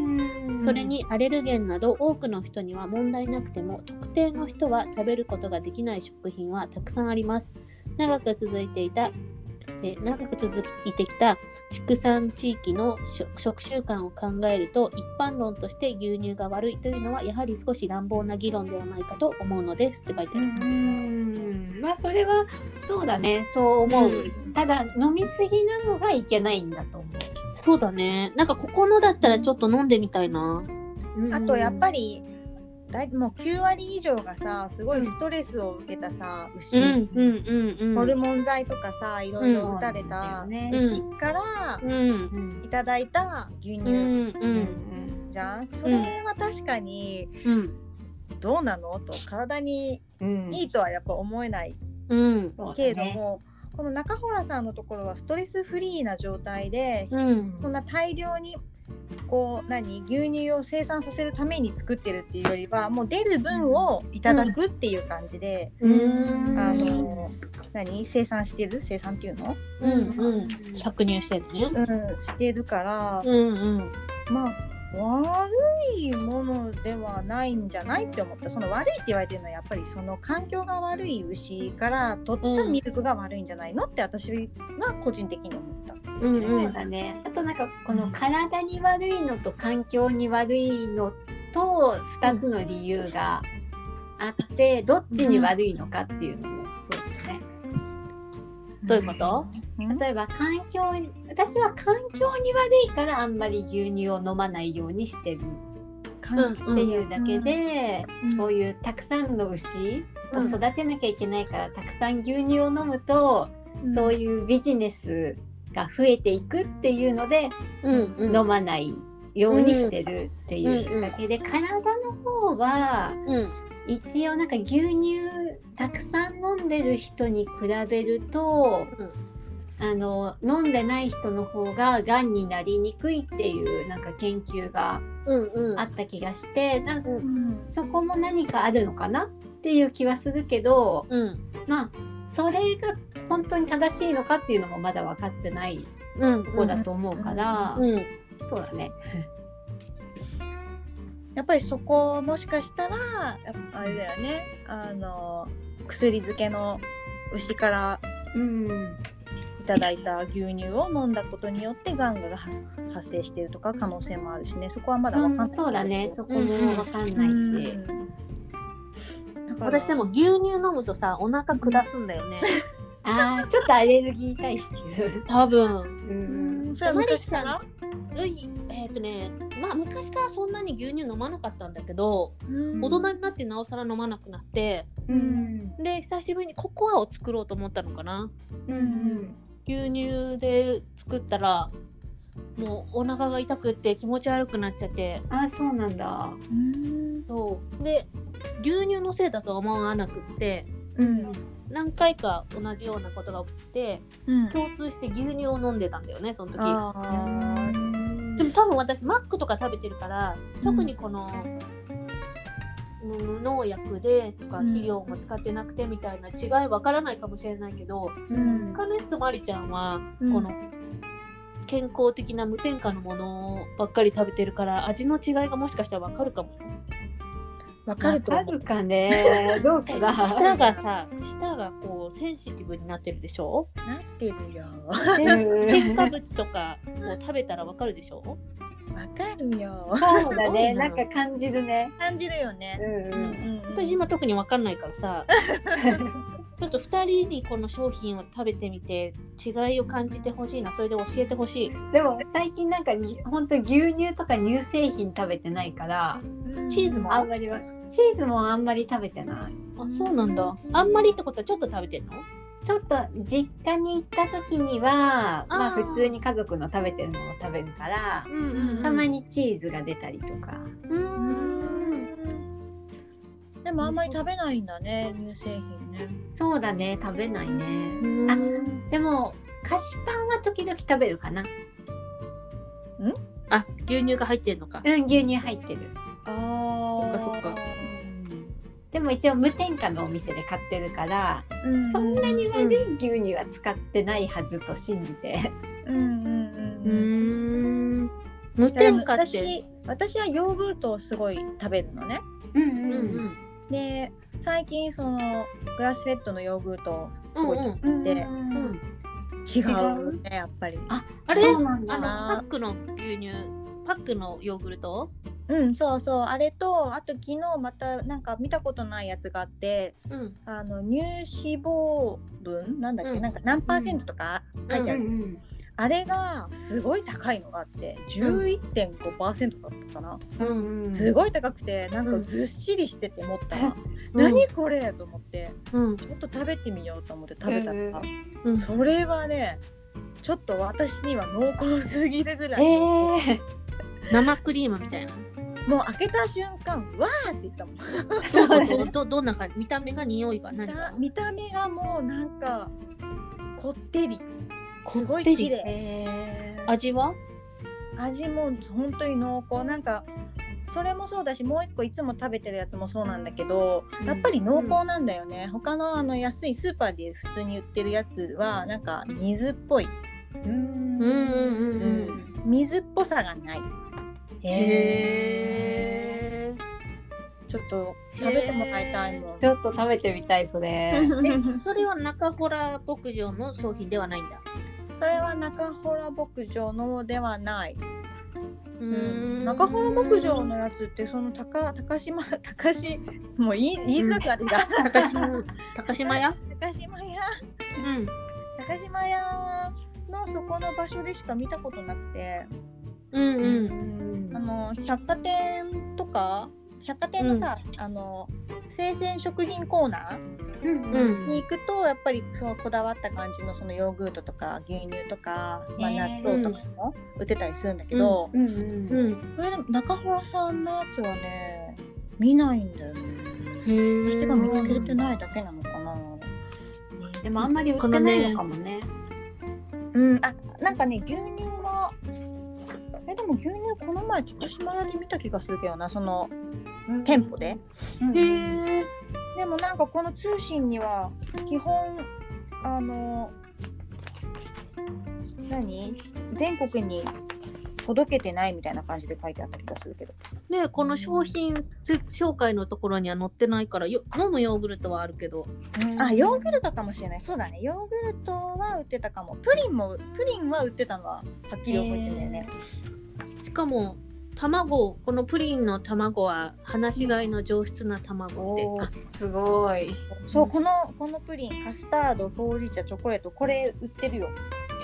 Speaker 2: それにアレルゲンなど多くの人には問題なくても特定の人は食べることができない食品はたくさんあります。長く続いていたえ長く続いてきた畜産地域の食食習慣を考えると一般論として牛乳が悪いというのはやはり少し乱暴な議論ではないかと思うのですって書いて
Speaker 3: う
Speaker 2: ある。
Speaker 3: んまあそれはそうだねそう思う、
Speaker 2: うん
Speaker 3: ただ飲みすぎなのがいけないんだと思
Speaker 2: そうだねなんかここのだったらちょっと飲んでみたいな。
Speaker 3: う
Speaker 1: あとやっぱ
Speaker 3: り
Speaker 1: り。だいもう9割以上がさすごいストレスを受けたさ、
Speaker 2: う
Speaker 1: 牛、
Speaker 2: んうんうん
Speaker 1: ホ
Speaker 2: うん
Speaker 1: ル。モン剤とかさいろいろ打たれた
Speaker 3: ね
Speaker 2: うん
Speaker 1: 牛から
Speaker 2: うん
Speaker 3: うん
Speaker 1: いただいた牛
Speaker 2: うんう
Speaker 1: 乳
Speaker 2: ん
Speaker 1: じゃん、それは確かに
Speaker 2: うん
Speaker 1: どうなのと体に
Speaker 3: うん
Speaker 1: いいとはやっぱ思えない
Speaker 2: うん
Speaker 3: そうだね
Speaker 1: けれども、この中原さんのところはストレスフリーな状態で、
Speaker 2: うん
Speaker 1: そんな大量にこう何牛乳を生産させるために作ってるっていうよりはもう出る分をいただくっていう感じで、
Speaker 2: う
Speaker 3: うん
Speaker 1: あ
Speaker 2: ん
Speaker 1: の何生産してる生産っていうの、
Speaker 2: うん搾乳してるね。
Speaker 1: うん、してるから、
Speaker 2: うんうん
Speaker 1: まあ悪いものではないんじゃないって思ったその悪いって言われてるのはやっぱりその環境が悪い牛から取ったミルクが悪いんじゃないのって私は個人的に思った。
Speaker 2: うんう
Speaker 3: そうだねあとなんかこの体に悪いのと環境に悪いのと2つの理由があってどっちに悪いのかっていうのもそうだね
Speaker 2: どういうこと
Speaker 1: うん
Speaker 3: 例えば環境に私は環境に悪いからあんまり牛乳を飲まないようにしてる
Speaker 1: 環
Speaker 2: う
Speaker 1: 境
Speaker 2: ん
Speaker 3: っていうだけで、
Speaker 1: うん
Speaker 3: こういうたくさんの牛を
Speaker 2: うん
Speaker 3: 育てなきゃいけないから、たくさん牛乳を飲むと、そういうビジネスが増えていくっていうので、
Speaker 2: うんうん
Speaker 3: 飲まないようにしてるっていうだけで、体の方は
Speaker 2: うん
Speaker 3: 一応なんか牛乳たくさん飲んでる人に比べると。
Speaker 2: うん
Speaker 3: あの飲んでない人の方ががんになりにくいっていうなんか研究が
Speaker 2: うん
Speaker 3: あった気がして、なんか
Speaker 2: うん
Speaker 1: うん
Speaker 3: そこも何かあるのかなっていう気はするけど
Speaker 2: うん
Speaker 3: まあそれが本当に正しいのかっていうのもまだ分かってない
Speaker 2: うん
Speaker 3: 方だと思うから、
Speaker 2: うん
Speaker 3: そうだね。
Speaker 1: やっぱりそこもしかしたらやっぱあれだよねあの薬漬けの牛から
Speaker 3: うん
Speaker 1: いただいた牛乳を飲んだことによってがんがは発生しているとか可能性もあるしねそこはまだわかんない、
Speaker 3: そうだねそこ
Speaker 2: うん
Speaker 3: も
Speaker 2: うん
Speaker 3: 分かんないし、
Speaker 1: うんだから
Speaker 2: 私でも牛乳飲むとさお腹下すんだよね。
Speaker 3: ああちょっとアレルギー体質、
Speaker 2: 多分
Speaker 1: う
Speaker 3: う
Speaker 1: んんそれは昔から
Speaker 2: ういえっ、とねまあ昔からそんなに牛乳飲まなかったんだけど
Speaker 1: うん
Speaker 2: 大人になってなおさら飲まなくなって
Speaker 3: うん
Speaker 2: で久しぶりにココアを作ろうと思ったのかな。
Speaker 3: うん
Speaker 2: 牛乳で作ったらもうお腹が痛くって気持ち悪くなっちゃって
Speaker 3: ああそうなんだ。
Speaker 1: うん
Speaker 2: そうで牛乳のせいだとは思わなくって
Speaker 3: うん
Speaker 2: 何回か同じようなことが起きて
Speaker 1: うん
Speaker 2: 共通して牛乳を飲んでたんだよねその時
Speaker 1: あー
Speaker 2: でも多分私マックとか食べてるから特にこの、無農薬でとか
Speaker 1: うん
Speaker 2: 肥料も使ってなくてみたいな違いわからないかもしれないけど
Speaker 3: うん
Speaker 2: カネスとマリちゃんは
Speaker 1: うん
Speaker 2: この健康的な無添加のものばっかり食べてるから味の違いがもしかしたらわかるかもよ
Speaker 1: わかると
Speaker 3: わ
Speaker 1: 思
Speaker 3: か
Speaker 1: う。
Speaker 3: るかね。どうかな。
Speaker 2: 舌がさ舌がこうセンシティブになってるでしょ
Speaker 1: なってるよ。わ
Speaker 3: [LAUGHS] うん
Speaker 2: 添加物とかこう食べたらわかるでしょ
Speaker 1: かるよ。
Speaker 3: そうだね。なんか感じるね。
Speaker 1: 感じるよね。
Speaker 3: うんうん。
Speaker 2: 私今特にわかんないからさちょっと2人にこの商品を食べてみて違いを感じてほしいなそれで教えてほしい
Speaker 3: でも最近なんかに本当牛乳とか乳製品食べてないから
Speaker 2: チーズも
Speaker 3: あんまりはチーズもあんまり食べてない
Speaker 2: あそうなんだあんまりってことはちょっと食べてんの
Speaker 3: ちょっと実家に行った時にはまあ
Speaker 2: あー
Speaker 3: 普通に家族の食べてるのを食べるから
Speaker 2: うん
Speaker 1: うんうん
Speaker 3: たまにチーズが出たりとか
Speaker 2: う
Speaker 1: うんん。でもあんまり食べないんだね、乳製品ね。
Speaker 3: そうだね食べないね
Speaker 2: うん
Speaker 3: あでも菓子パンは時々食べるかな
Speaker 2: あ牛乳が入ってんのか
Speaker 3: うん牛乳入ってる
Speaker 1: あ
Speaker 2: そっかそっか
Speaker 3: でも一応無添加のお店で買ってるから
Speaker 1: うん
Speaker 3: そんなに悪い牛乳は使ってないはずと信じて
Speaker 1: うんう
Speaker 2: う
Speaker 1: んうんうん。
Speaker 2: ん無添加って
Speaker 1: 私私はヨーグルトをすごい食べるのね。
Speaker 3: うん
Speaker 2: うんうん
Speaker 1: で最近そのグラスフェッドのヨーグルトを
Speaker 2: う
Speaker 1: す
Speaker 2: ん
Speaker 1: ごい
Speaker 2: うん
Speaker 1: 食べて、
Speaker 3: うんん
Speaker 1: 違
Speaker 3: 違
Speaker 1: うねやっぱり。
Speaker 3: あ
Speaker 2: あれ
Speaker 3: そうなん
Speaker 2: あ
Speaker 3: だ
Speaker 2: のパックの牛乳パックのヨーグルト
Speaker 1: うんそうそうあれとあと昨日またなんか見たことないやつがあって
Speaker 2: うん
Speaker 1: あの乳脂肪分なんだっけ、
Speaker 2: うん
Speaker 1: なんか何パーセントとか書いてある、
Speaker 3: ん
Speaker 1: あれがすごい高いのがあって11.5%だったかな、
Speaker 3: うんうん
Speaker 1: すごい高くてなんかずっしりしてて持ったら、 [LAUGHS] 何これと思って
Speaker 2: うん
Speaker 1: ちょっと食べてみようと思って食べたら、
Speaker 3: うん
Speaker 2: うん
Speaker 1: それはねちょっと私には濃厚すぎるぐらい、
Speaker 3: ええ
Speaker 2: 生クリームみたいな
Speaker 1: もう開けた瞬間わーって言ったもん
Speaker 3: そうだ
Speaker 2: ど
Speaker 3: ね
Speaker 2: どどんなか見た目が匂いが
Speaker 1: 見
Speaker 2: 何
Speaker 1: た
Speaker 2: か
Speaker 1: 見た目がもうなんかこってり
Speaker 2: こ
Speaker 1: すごい
Speaker 2: ってり
Speaker 1: 綺麗
Speaker 3: えー
Speaker 2: 味は
Speaker 1: 味も本当に濃厚なんかそれもそうだしもう一個いつも食べてるやつもそうなんだけど
Speaker 2: うん
Speaker 1: やっぱり濃厚なんだよね、他のあの安いスーパーで普通に売ってるやつはなんか水っぽい
Speaker 3: うん
Speaker 2: うんうんうん
Speaker 1: 水っぽさがない
Speaker 2: へ
Speaker 3: え
Speaker 2: え
Speaker 1: ちょっと食べてもらいたいもん
Speaker 3: ちょっと食べてみたいそれ
Speaker 2: えそれは中ほら牧場の商品ではないんだ
Speaker 1: [LAUGHS] それは中ほら牧場のではない、
Speaker 2: う
Speaker 1: うん、中ほら牧場のやつってその高高島高しもう言い言いづらくあれだ
Speaker 2: 高島高島屋
Speaker 1: 高島屋
Speaker 2: うん
Speaker 1: 高島屋のそこの場所でしか見たことなくて
Speaker 2: うん
Speaker 3: う
Speaker 2: うん
Speaker 1: あの百貨店とか百貨店のさ、あの生鮮食品コーナ
Speaker 3: うん
Speaker 2: う
Speaker 1: ー
Speaker 2: ん
Speaker 1: に行くとやっぱりそうこだわった感じのそのヨーグルトとか牛乳とか、まあ、
Speaker 3: へ
Speaker 1: 納
Speaker 3: ー
Speaker 1: 豆とかも売ってたりするんだけど、
Speaker 3: うんうん
Speaker 2: うん
Speaker 1: それでも中村さんのやつはね見ないんだよね。
Speaker 2: へ
Speaker 1: 手
Speaker 2: え
Speaker 1: が見つけれてないだけなのかな。
Speaker 3: でもあんまり売ってないのかもね
Speaker 1: うん、あなんかね牛乳はえでも牛乳この前高島屋で見た気がするけどなその店舗で
Speaker 3: うん
Speaker 2: へえ
Speaker 1: でもなんかこの通信には基本あの何全国に届けてないみたいな感じで書いてあった気がするけど
Speaker 2: ねこの商品紹介のところには載ってないからよ飲むヨーグルトはあるけど
Speaker 1: あヨーグルトかもしれないそうだねヨーグルトは売ってたかもプリンもプリンは売ってたのははっきり覚えてるんだよね、
Speaker 2: しかも卵このプリンの卵は放し飼いの上質な卵って、
Speaker 3: おーすごい
Speaker 1: そうこのこのプリンカスタードほうじ茶チョコレートこれ売ってるよ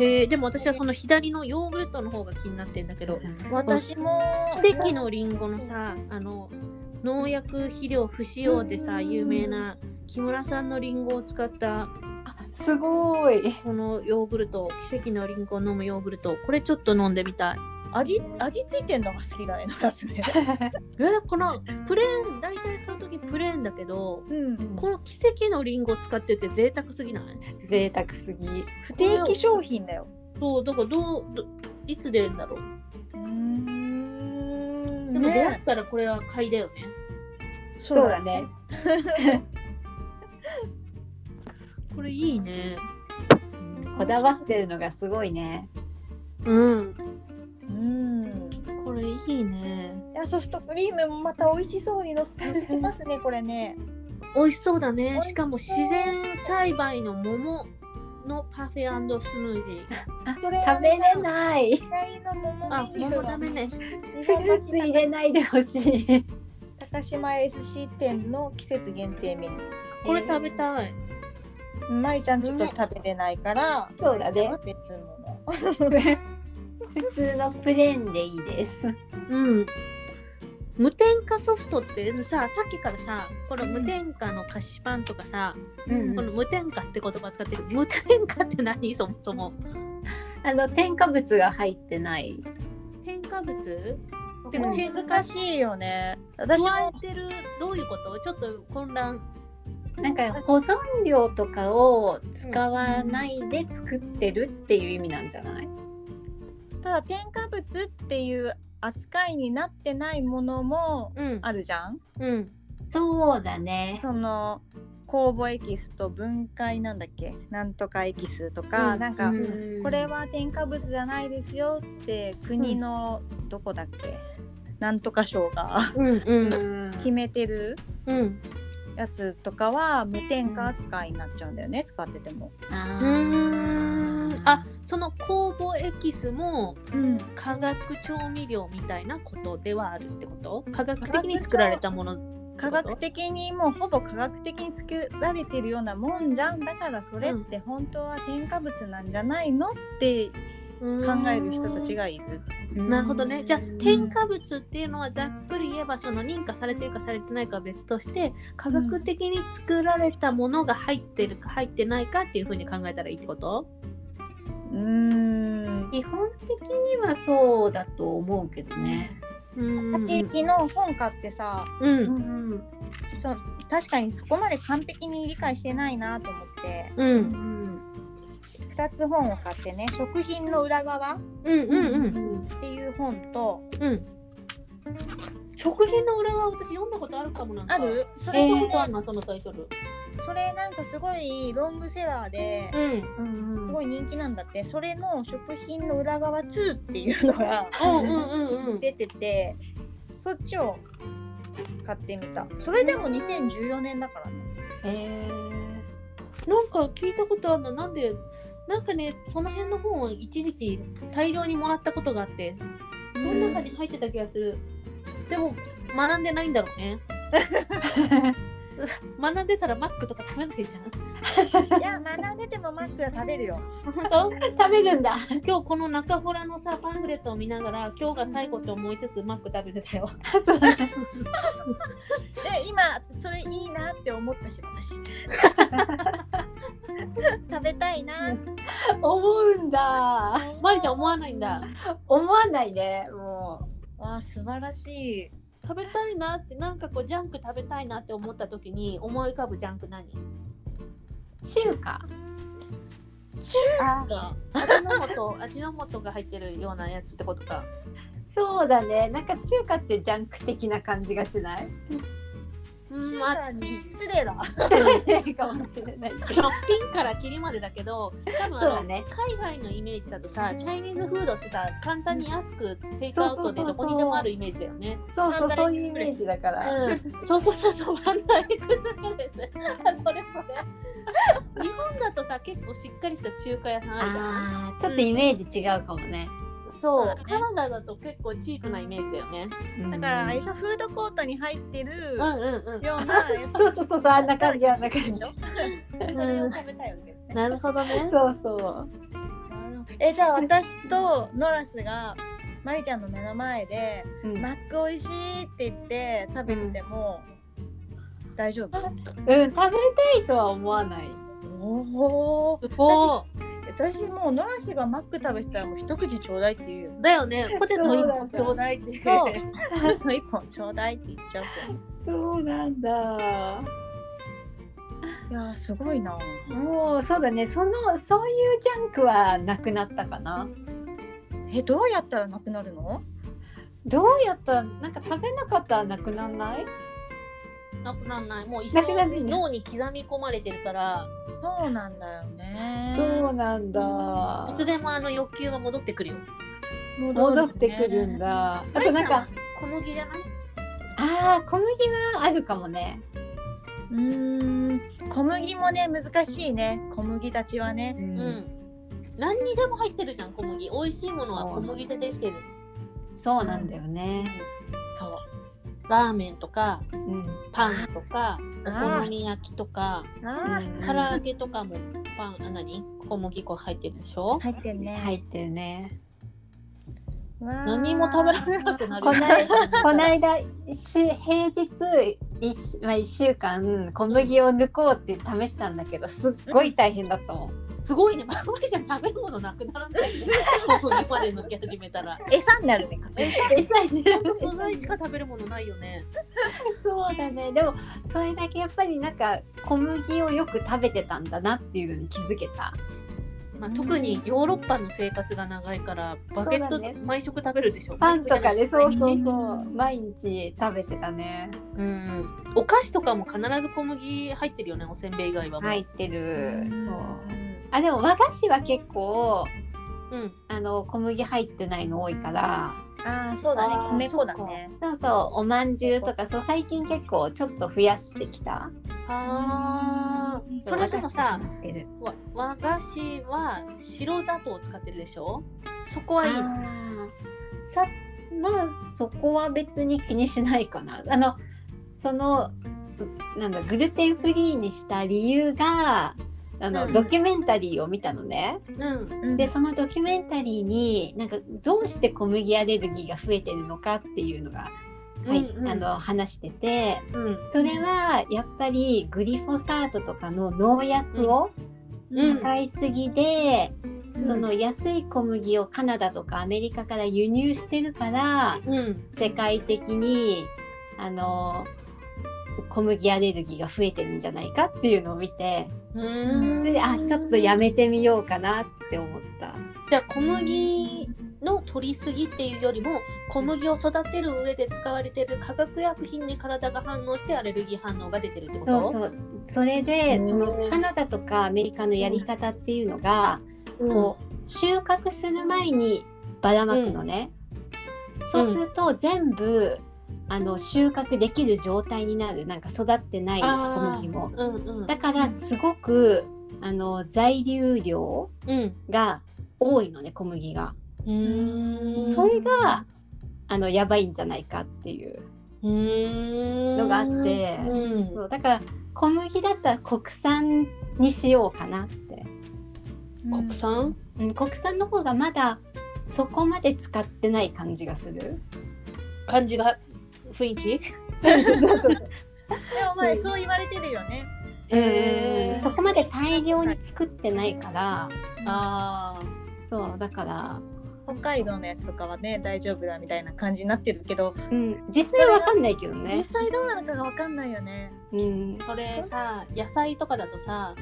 Speaker 2: へえでも私はその左のヨーグルトの方が気になってんだけど
Speaker 1: 私も
Speaker 2: 奇跡のリンゴのさあの農薬肥料不使用でさ有名な木村さんのリンゴを使った
Speaker 3: すごい [LAUGHS]
Speaker 2: このヨーグルト奇跡のリンゴを飲むヨーグルトこれちょっと飲んでみたい
Speaker 1: 味味ついてんのが好きだねナスね
Speaker 2: えこのプレーン大体買う時プレーンだけど
Speaker 1: うん
Speaker 2: この奇跡のリンゴを使ってって贅沢すぎない
Speaker 3: 贅沢すぎ
Speaker 1: 不定期商品だよ
Speaker 2: そうだからどうどいつ出るんだろう
Speaker 1: うん
Speaker 2: でも出会ったらこれは買いだよね
Speaker 1: そうだね
Speaker 3: ね
Speaker 2: これいいね
Speaker 3: こだわってるのがすごいね
Speaker 2: うん
Speaker 1: うん
Speaker 2: これいいね。
Speaker 1: いやソフトクリームもまた美味しそうにのせのせてますねこれね。
Speaker 2: 美味しそうだね
Speaker 1: 美。味しそう
Speaker 2: しかも自然栽培の桃のパフェスムージー。
Speaker 1: それ
Speaker 3: 食べれない。
Speaker 1: 左の桃 [LAUGHS]
Speaker 2: あ、
Speaker 1: ミン
Speaker 2: 桃
Speaker 1: ト
Speaker 2: ダメね。
Speaker 3: フルーツ入れないでほしい。
Speaker 1: 高島 SC 店の季節限定メニュ
Speaker 2: これ食べたい。
Speaker 1: ー。まりちゃんちょっと食べれないから、
Speaker 3: そうだね。
Speaker 1: 別物。
Speaker 3: 普通のプレーンでいいです。
Speaker 2: うん。無添加ソフトってささっきからさこの無添加の菓子パンとかさ、
Speaker 3: うん
Speaker 2: この無添加って言葉使ってる無添加って何そもそも
Speaker 3: あの添加物が入ってない。
Speaker 2: 添加物
Speaker 1: でも
Speaker 2: 手塚
Speaker 1: 難しいよね。私
Speaker 2: 加
Speaker 1: も
Speaker 2: えてるどういうことちょっと混乱
Speaker 3: なんか保存料とかを使わないで作ってるっていう意味なんじゃない？
Speaker 1: ただ添加物っていう扱いになってないものも
Speaker 2: うん
Speaker 1: あるじゃん。
Speaker 2: うん
Speaker 3: そうだね。
Speaker 1: その酵母エキスと分解なんだっけなんとかエキスとか、
Speaker 2: うん
Speaker 1: なんか、
Speaker 2: うん
Speaker 1: これは添加物じゃないですよって国のどこだっけ、なんとか省が [LAUGHS]
Speaker 2: うんう
Speaker 3: うんん
Speaker 1: 決めてる
Speaker 2: うん
Speaker 1: やつとかは無添加扱いになっちゃうんだよね使ってても。
Speaker 3: あ
Speaker 2: う
Speaker 3: ー
Speaker 2: んあその酵母エキスも
Speaker 1: うん、
Speaker 2: 化学調味料みたいなことではあるってこと科学的に作られたもの
Speaker 1: 科学的にもうほぼ科学的に作られてるようなもんじゃんだからそれって本当は添加物なんじゃないのって考える人たちがいる。
Speaker 2: なるほどねじゃあ添加物っていうのはざっくり言えばその認可されてるかされてないかは別として科学的に作られたものが入ってるか入ってないかっていうふうに考えたらいいってこと
Speaker 1: うーん
Speaker 3: 基本的にはそうだと思うけどね。
Speaker 2: うんう
Speaker 1: さっき
Speaker 2: ん
Speaker 1: 昨日本買ってさ
Speaker 2: うん
Speaker 3: ん
Speaker 1: そう確かにそこまで完璧に理解してないなと思って
Speaker 2: う
Speaker 3: うんん
Speaker 1: 2つ本を買ってね「食品の裏側」っ
Speaker 2: うんうんう
Speaker 3: うんん
Speaker 1: ていう本と
Speaker 2: うん食品の裏側私読んだことあるかもなんか
Speaker 1: あるそれ
Speaker 2: え
Speaker 1: で
Speaker 2: ー、
Speaker 1: ね
Speaker 2: そうなそのタイトル
Speaker 1: それなんかすごいロングセラーで
Speaker 2: うん
Speaker 3: うん
Speaker 1: すごい人気なんだってそれの「食品の裏側2」っていうのが
Speaker 2: うんうんうんうん
Speaker 1: 出ててそっちを買ってみたそれでも2014年だからね
Speaker 3: え
Speaker 2: なんか聞いたことあるのなんでなんかねその辺の本を一時期大量にもらったことがあってその中に入ってた気がするでも学んでないんだろうね学んでたらマックとか食べないじ
Speaker 1: いや学んでてもマックは食べるよ
Speaker 2: ゃん本当
Speaker 3: [LAUGHS] 食べるんだ。
Speaker 2: 今日この中ほらのさパンフレットを見ながら今日が最後と思いつつマック食べてたよ
Speaker 3: そう
Speaker 1: で今それいいなって思ったし私
Speaker 2: [LAUGHS]
Speaker 1: 食べたいなって
Speaker 3: 思うんだ。
Speaker 2: マリちゃん思わないんだ
Speaker 3: 思わないね。も
Speaker 1: わあ素晴らしい
Speaker 2: 食べたいなってなんかこうジャンク食べたいなって思った時に思い浮かぶジャンク何
Speaker 3: う中華。あ
Speaker 2: が味の素 [LAUGHS] 味の素が入ってるようなやつってことか
Speaker 3: そうだね。なんか中華ってジャンク的な感じがしない。
Speaker 2: うん
Speaker 1: 中
Speaker 2: まあ
Speaker 1: 華に失礼だ
Speaker 3: [LAUGHS] かもしれない。
Speaker 2: そのピンからキリまでだけど多分
Speaker 3: そう
Speaker 2: あ
Speaker 3: だ
Speaker 2: の
Speaker 3: ね。
Speaker 2: 海外のイメージだとさチャイニーズフードってさ簡単に安くテイクアウトで
Speaker 3: そうそうそうそう
Speaker 2: どこにでもあるイメージだよね
Speaker 3: そうそう
Speaker 2: パ
Speaker 3: そ
Speaker 2: ンダ
Speaker 3: う
Speaker 2: エ
Speaker 3: い
Speaker 2: クス
Speaker 3: うイ
Speaker 2: プ
Speaker 3: メ
Speaker 2: レ
Speaker 3: ー
Speaker 2: ス
Speaker 3: ジだから。
Speaker 2: うんそうそうそうそうパンダエクスプレス [LAUGHS] それそれ日本だとさ結構しっかりした中華屋さんあるじゃん
Speaker 3: ああ、ちょっとイメージ違うかもね。
Speaker 2: そう
Speaker 1: そうだね
Speaker 2: カナダだと結構チープなイメージだよね
Speaker 1: だからあれでしょフードコートに入ってる
Speaker 2: うんうんうん
Speaker 1: よ
Speaker 2: [LAUGHS]
Speaker 1: うなや
Speaker 3: そうそうそうそうあんな感じあんな感
Speaker 1: つ
Speaker 3: [LAUGHS] じ
Speaker 1: でし。ょ [LAUGHS] それを食べたいわけですね
Speaker 2: なるほどね
Speaker 3: そうそう。
Speaker 1: えじゃあ私とノラスがマリちゃんの目の前で「マック美味しい」って言って食べてても大丈夫
Speaker 3: うん、食べたいとは思わない。
Speaker 1: おお
Speaker 2: すごい
Speaker 1: 私もうノラスがマック食べてたらもう一口ちょうだいって言うよ
Speaker 2: だよね、ポテト一
Speaker 3: そうな
Speaker 2: 本
Speaker 3: ん
Speaker 2: ち
Speaker 3: だ
Speaker 2: ょうだいって。
Speaker 1: そうそう一本ちょうだいって言っちゃう
Speaker 3: そうなんだ。
Speaker 1: いやーすごいな
Speaker 3: もうそうだね。そのそういうジャンクはなくなったかな。
Speaker 1: えどうやったらなくなるの
Speaker 3: どうやったらなんか食べなかったらなくなんない？
Speaker 2: なくなんない。もう一
Speaker 3: なくなんない
Speaker 2: 生
Speaker 3: ね
Speaker 2: 脳に刻み込まれてるから、
Speaker 1: そうなんだよね
Speaker 3: そうなんだ。
Speaker 2: いつでもあの欲求は戻ってくるよ。
Speaker 3: 戻ってくるんだ。あとなんか、
Speaker 2: 小麦じゃない
Speaker 3: ああ、小麦はあるかもね。
Speaker 1: うーん小麦もね難しいね小麦たちはね
Speaker 2: うん何にでも入ってるじゃん小麦美味しいものは小麦でできてる
Speaker 3: そうなんだよね。
Speaker 2: そうラーメンとか
Speaker 3: うん。
Speaker 2: パンとかお好
Speaker 1: あ
Speaker 2: み焼きとか
Speaker 1: あー
Speaker 2: 唐揚げとかもパンあ何小麦粉入ってるでしょ、
Speaker 1: 入ってんね、
Speaker 3: 入ってるね。
Speaker 1: わあ
Speaker 2: 何も食べられなくなる
Speaker 3: こないこの間し平日一まあ一週間小麦を抜こうって試したんだけど、すっごい大変だったもん。 [LAUGHS]
Speaker 2: すごいね [LAUGHS] まりちゃん食べ物なくならないね小麦まで抜け始めたら
Speaker 1: 餌になるね
Speaker 2: ほんと素材しか食べるものないよね
Speaker 3: そうだね。でもそれだけやっぱりなんか小麦をよく食べてたんだなっていうのに気づけた。
Speaker 2: まあ、特にヨーロッパの生活が長いからバゲッ
Speaker 3: そ
Speaker 2: ト
Speaker 3: うだね
Speaker 2: 毎食食べるでしょ
Speaker 3: パンとかね、そうそうそうう、
Speaker 1: ん
Speaker 3: 毎日食べてたね。
Speaker 2: うんお菓子とかも必ず小麦入ってるよねおせんべい以外はもう
Speaker 3: 入ってる。そう。
Speaker 1: ん
Speaker 3: あでも和菓子は結構
Speaker 2: うん
Speaker 3: あの小麦入ってないの多いから。
Speaker 1: ああそうだね
Speaker 2: あー
Speaker 1: 米粉だね
Speaker 3: そうそう、お饅頭とか、そう、最近結構ちょっと増やしてきた。
Speaker 2: あーそれでもさ
Speaker 3: なってる
Speaker 2: わ和菓子は白砂糖を使ってるでしょそこはいいの
Speaker 3: さ、まあ、そこは別に気にしないかな。あの、その、なんだ、グルテンフリーにした理由が。あの、
Speaker 2: うん
Speaker 3: ドキュメンタリーを見たのね。
Speaker 2: うん
Speaker 1: うん
Speaker 3: で、そのドキュメンタリーに、なんか、どうして小麦アレルギーが増えてるのかっていうのが。はい、
Speaker 2: うんうん
Speaker 3: あの、話してて。
Speaker 2: うん
Speaker 3: それはやっぱりグリフォサートとかの農薬を
Speaker 2: うん
Speaker 3: 使いすぎで、
Speaker 1: うん
Speaker 3: その安い小麦をカナダとかアメリカから輸入してるから
Speaker 2: うん
Speaker 3: 世界的にあの小麦アレルギーが増えてるんじゃないかっていうのを見て
Speaker 2: うん
Speaker 3: それであちょっとやめてみようかなって思った。
Speaker 2: じゃあ小麦の取りすぎっていうよりも小麦を育てる上で使われてる化学薬品に体が反応してアレルギー反応が出てるってこと
Speaker 3: そうそうそれで
Speaker 2: うん
Speaker 3: そのカナダとかアメリカのやり方っていうのが、
Speaker 2: うん
Speaker 3: こう収穫する前にばらまくのね、そうすると全部あの収穫できる状態になるなんか育ってない小
Speaker 2: あー
Speaker 3: 麦も
Speaker 2: うんうん
Speaker 3: だからすごくあの在留量
Speaker 2: うん
Speaker 3: が多いのね小麦が
Speaker 2: うーん
Speaker 3: それがあのやばいんじゃないかっていう
Speaker 2: の
Speaker 3: のがあって
Speaker 2: うん
Speaker 3: そうだから小麦だったら国産にしようかなって、
Speaker 2: 国産
Speaker 3: うん、国産の方がまだそこまで使ってない感じがする
Speaker 2: 感じが雰囲気
Speaker 1: でも前そう言われてるよね
Speaker 2: へー
Speaker 3: そこまで大量に作ってないから
Speaker 2: あ
Speaker 3: そうだから、
Speaker 1: 北海道のやつとかはね大丈夫だみたいな感じになってるけど
Speaker 3: うん、実際わかんないけど
Speaker 1: 実
Speaker 3: ね、
Speaker 1: 際どうなのかがわかんないよね
Speaker 3: うん
Speaker 2: あ、これさ野菜とかだとさ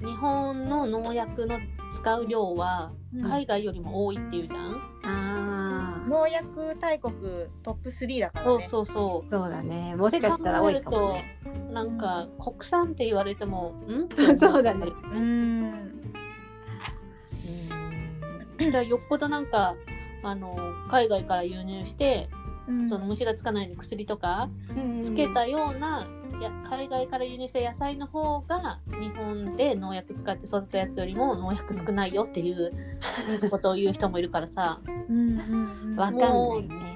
Speaker 2: 日本の農薬の使う量は
Speaker 1: うん
Speaker 2: 海外よりも多いっていうじゃん、
Speaker 3: あー
Speaker 1: 農薬大国トップ3だから
Speaker 2: そう
Speaker 1: ね
Speaker 2: そうそう
Speaker 3: そうだねもしかしたら多いかもね
Speaker 2: なんか国産って言われてもん
Speaker 3: [LAUGHS] そうだね
Speaker 1: うーん
Speaker 2: じゃあよっぽどなんかあの海外から輸入して
Speaker 1: うん
Speaker 2: その虫がつかないように薬とかつけたような、や海外から輸入した野菜の方が日本で農薬使って育てたやつよりも農薬少ないよっていう
Speaker 3: [LAUGHS]
Speaker 2: ことを言う人もいるからさ
Speaker 1: うんうんうん
Speaker 3: わかんないね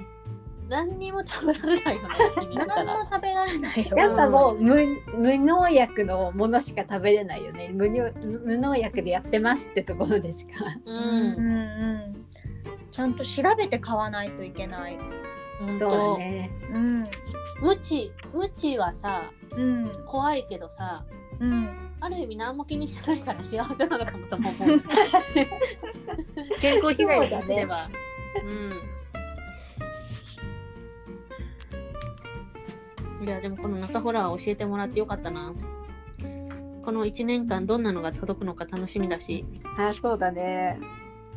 Speaker 2: 何にも食べられないよね君見た
Speaker 1: 何も
Speaker 2: ら。
Speaker 1: 食べられないよ
Speaker 3: やっぱもう無無農薬のものしか食べれないよね無農無農薬でやってますってところでしか
Speaker 2: う
Speaker 1: う
Speaker 2: ん
Speaker 1: んうんちゃんと調べて買わないといけない。
Speaker 2: ほん
Speaker 3: そうだ
Speaker 2: と
Speaker 3: ね
Speaker 1: うん。
Speaker 2: 無知無知はさ
Speaker 1: うん。
Speaker 2: 怖いけどさ
Speaker 1: うん。
Speaker 2: ある意味何も気にしてないから幸せなのかもとも思う健康被害が出れば。うんいやでもこの中ホラー教えてもらってよかったな。この1年間どんなのが届くのか楽しみだし。
Speaker 3: あそうだね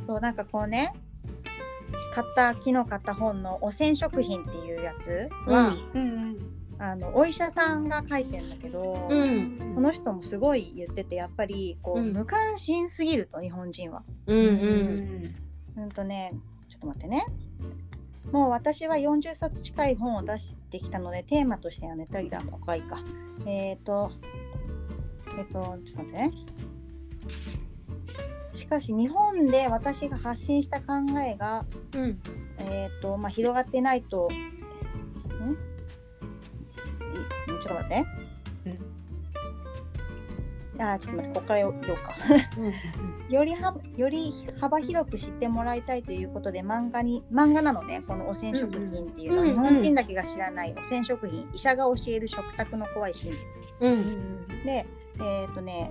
Speaker 1: そうなんかこうね、買った昨日買った本の汚染食品っていうやつは、
Speaker 3: うん
Speaker 1: あのお医者さんが書いてんだけど、
Speaker 2: う
Speaker 3: うん
Speaker 1: この人もすごい言っててやっぱりこう、
Speaker 2: うん
Speaker 1: 無関心すぎると日本人は。
Speaker 2: うんうん
Speaker 1: うんとねちょっと待ってね。もう私は40冊近い本を出してきたので、テーマとしてはネタギだ、ここはいいか。えっ、と、えっ、と、ちょっと待ってね。しかし、日本で私が発信した考えが、
Speaker 2: うん。
Speaker 1: えっ、と、まあ、広がってないと、んいちょっと待ってね。あーちょっと待って、ここからよようか。よりはより幅広く知ってもらいたいということで漫画に漫画なのねこの汚染食品っていうのは、
Speaker 2: うんうん
Speaker 1: 日本人だけが知らない汚染食品医者が教える食卓の怖い真実
Speaker 2: うん。
Speaker 1: でえっ、とね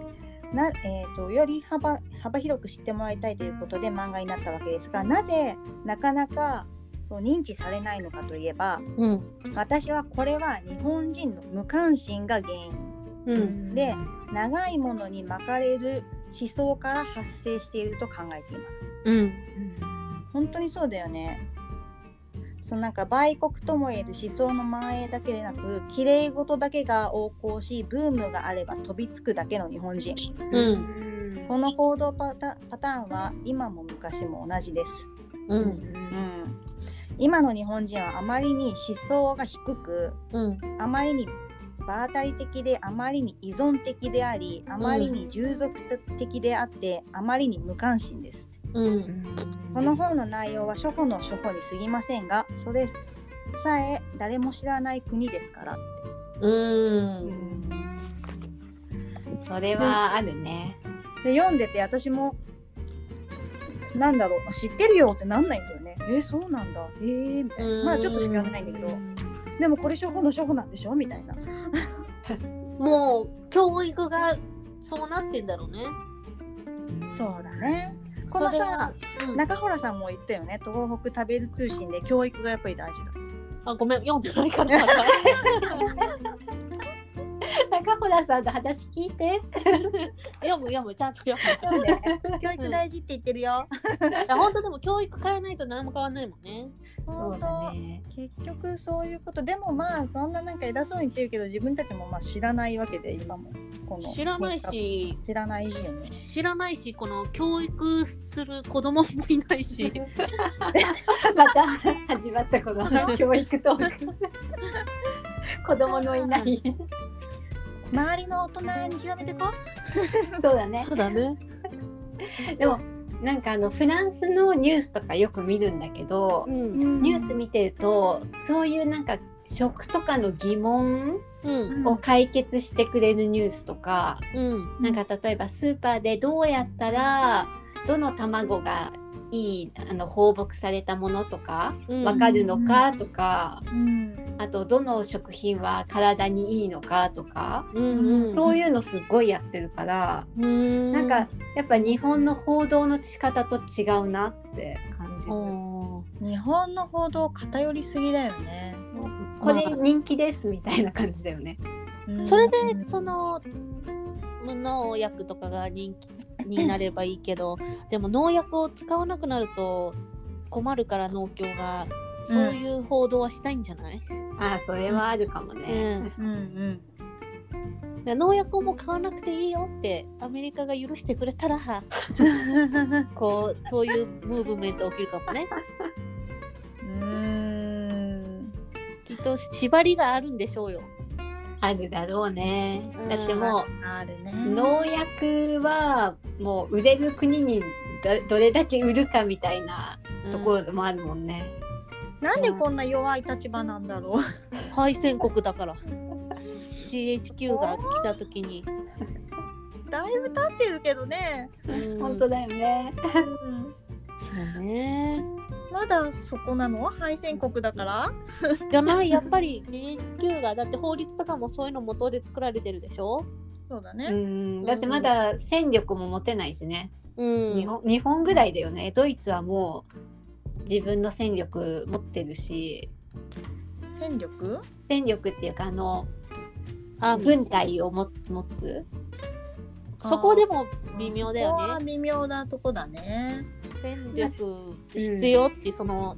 Speaker 1: なえー、とより幅幅広く知ってもらいたいということで漫画になったわけですがなぜなかなかそう認知されないのかといえば
Speaker 2: うん。
Speaker 1: 私はこれは日本人の無関心が原因
Speaker 2: うん。
Speaker 1: で長いものに巻かれる思想から発生していると考えています。
Speaker 2: うん。
Speaker 1: 本当にそうだよねそのなんか売国ともいえる思想の蔓延だけでなくきれい事だけが横行しブームがあれば飛びつくだけの日本人
Speaker 2: うん。
Speaker 1: この行動パタパターンは今も昔も同じです、
Speaker 2: うん。
Speaker 1: うん、今の日本人はあまりに思想が低く
Speaker 2: うん。
Speaker 1: あまりに場当たり的であまりに依存的でありあまりに従属的であってあまりに無関心です
Speaker 2: うん。
Speaker 1: この本の内容は初歩の初歩に過ぎませんがそれさえ誰も知らない国ですから
Speaker 2: うん。
Speaker 3: それはあるね。
Speaker 1: で読んでて私もなんだろう知ってるよってなんないんだよねえーそうなんだえー、みたいなまあちょっとしかやらないんだけどでもこれ初歩の初歩なんでしょみたいな
Speaker 2: もう教育がそうなってんだろうね。
Speaker 1: そうだねこのさ
Speaker 2: それは、うん、
Speaker 1: 中原さんも言ったよね東北食べる通信で教育がやっぱり大事だ
Speaker 2: あごめん読んでないから [LAUGHS]
Speaker 3: 中村さんの話聞いて。
Speaker 2: 読む読むちゃんと読
Speaker 1: そうね教育大事って言ってるよ
Speaker 2: む。いや本当でも教育変えないと何も変わんないもんね。
Speaker 1: 本当
Speaker 3: ね。
Speaker 1: 結局そういうことでもまあそんななんか偉そうに言ってるけど自分たちもまあ知らないわけで今もこの
Speaker 2: 知らないし
Speaker 1: 知らないよね
Speaker 2: 知らないしこの教育する子供もいないし
Speaker 3: また始まったこの教育トー [LAUGHS] ク。子供のいない。
Speaker 1: 周りの大人に広めてこ
Speaker 3: そうだね。
Speaker 2: うだね。
Speaker 3: でもなんかあのフランスのニュースとかよく見るんだけど
Speaker 2: う、
Speaker 1: うんニ
Speaker 3: ニュース見てるとそういうなんか食とかの疑問
Speaker 2: うん
Speaker 3: を解決してくれるニュースとか、
Speaker 2: うん
Speaker 3: なんか例えばスーパーでどうやったらどの卵がいいあの放牧されたものとか
Speaker 2: うん
Speaker 3: わかるのかとか、
Speaker 1: うん
Speaker 3: あとどの食品は体にいいのかとか、
Speaker 2: うんうん
Speaker 3: そういうのすっごいやってるから、
Speaker 2: うん
Speaker 3: なんかやっぱ日本の報道の仕方と違うなって感じる。
Speaker 2: こ
Speaker 1: 日本の報道偏りすぎだよね、
Speaker 3: これ人気ですみたいな感じだよね。
Speaker 1: うん
Speaker 2: それでその無農薬とかが人気になればいいけどでも農薬を使わなくなると困るから農協がそういう報道はしたいんじゃない、
Speaker 3: ああそれはあるかも
Speaker 2: う
Speaker 3: ね。
Speaker 2: ん
Speaker 1: うんうん
Speaker 2: 農薬をもう買わなくていいよってアメリカが許してくれたら [LAUGHS] こうそういうムーブメント起きるかもね
Speaker 1: うん
Speaker 2: きっと縛りがあるんでしょうよ。
Speaker 3: あるだろうね。
Speaker 2: うん
Speaker 3: だっても
Speaker 1: あるね
Speaker 3: う農薬はもう売れる国にどどれだけ売るかみたいなところでもあるもんね。
Speaker 1: なんでこんな弱い立場なんだろう [LAUGHS]
Speaker 2: 敗戦国だから
Speaker 3: [LAUGHS]
Speaker 2: GHQ が来た時に、
Speaker 1: だいぶ経ってるけどね、
Speaker 3: 本当だよね。
Speaker 1: うん、
Speaker 2: そうね
Speaker 1: まだそこなの敗戦国だから
Speaker 2: じゃないやっぱり GHQ がだって法律とかもそういうの元で作られてるでしょ、
Speaker 1: そうだ
Speaker 3: う
Speaker 1: ね、
Speaker 3: ん、だってまだ戦力も持てないしね。
Speaker 2: うん
Speaker 3: 日本日本ぐらいだよね。ドイツはもう自分の戦力持ってるし、
Speaker 1: 戦力
Speaker 3: 戦力っていうかあの
Speaker 2: あ
Speaker 3: 軍隊をも持つ。
Speaker 2: そこでも微妙だ
Speaker 1: そこ
Speaker 2: よ
Speaker 1: は
Speaker 2: ね
Speaker 1: 微妙なとこだね。
Speaker 2: 戦力必要ってその、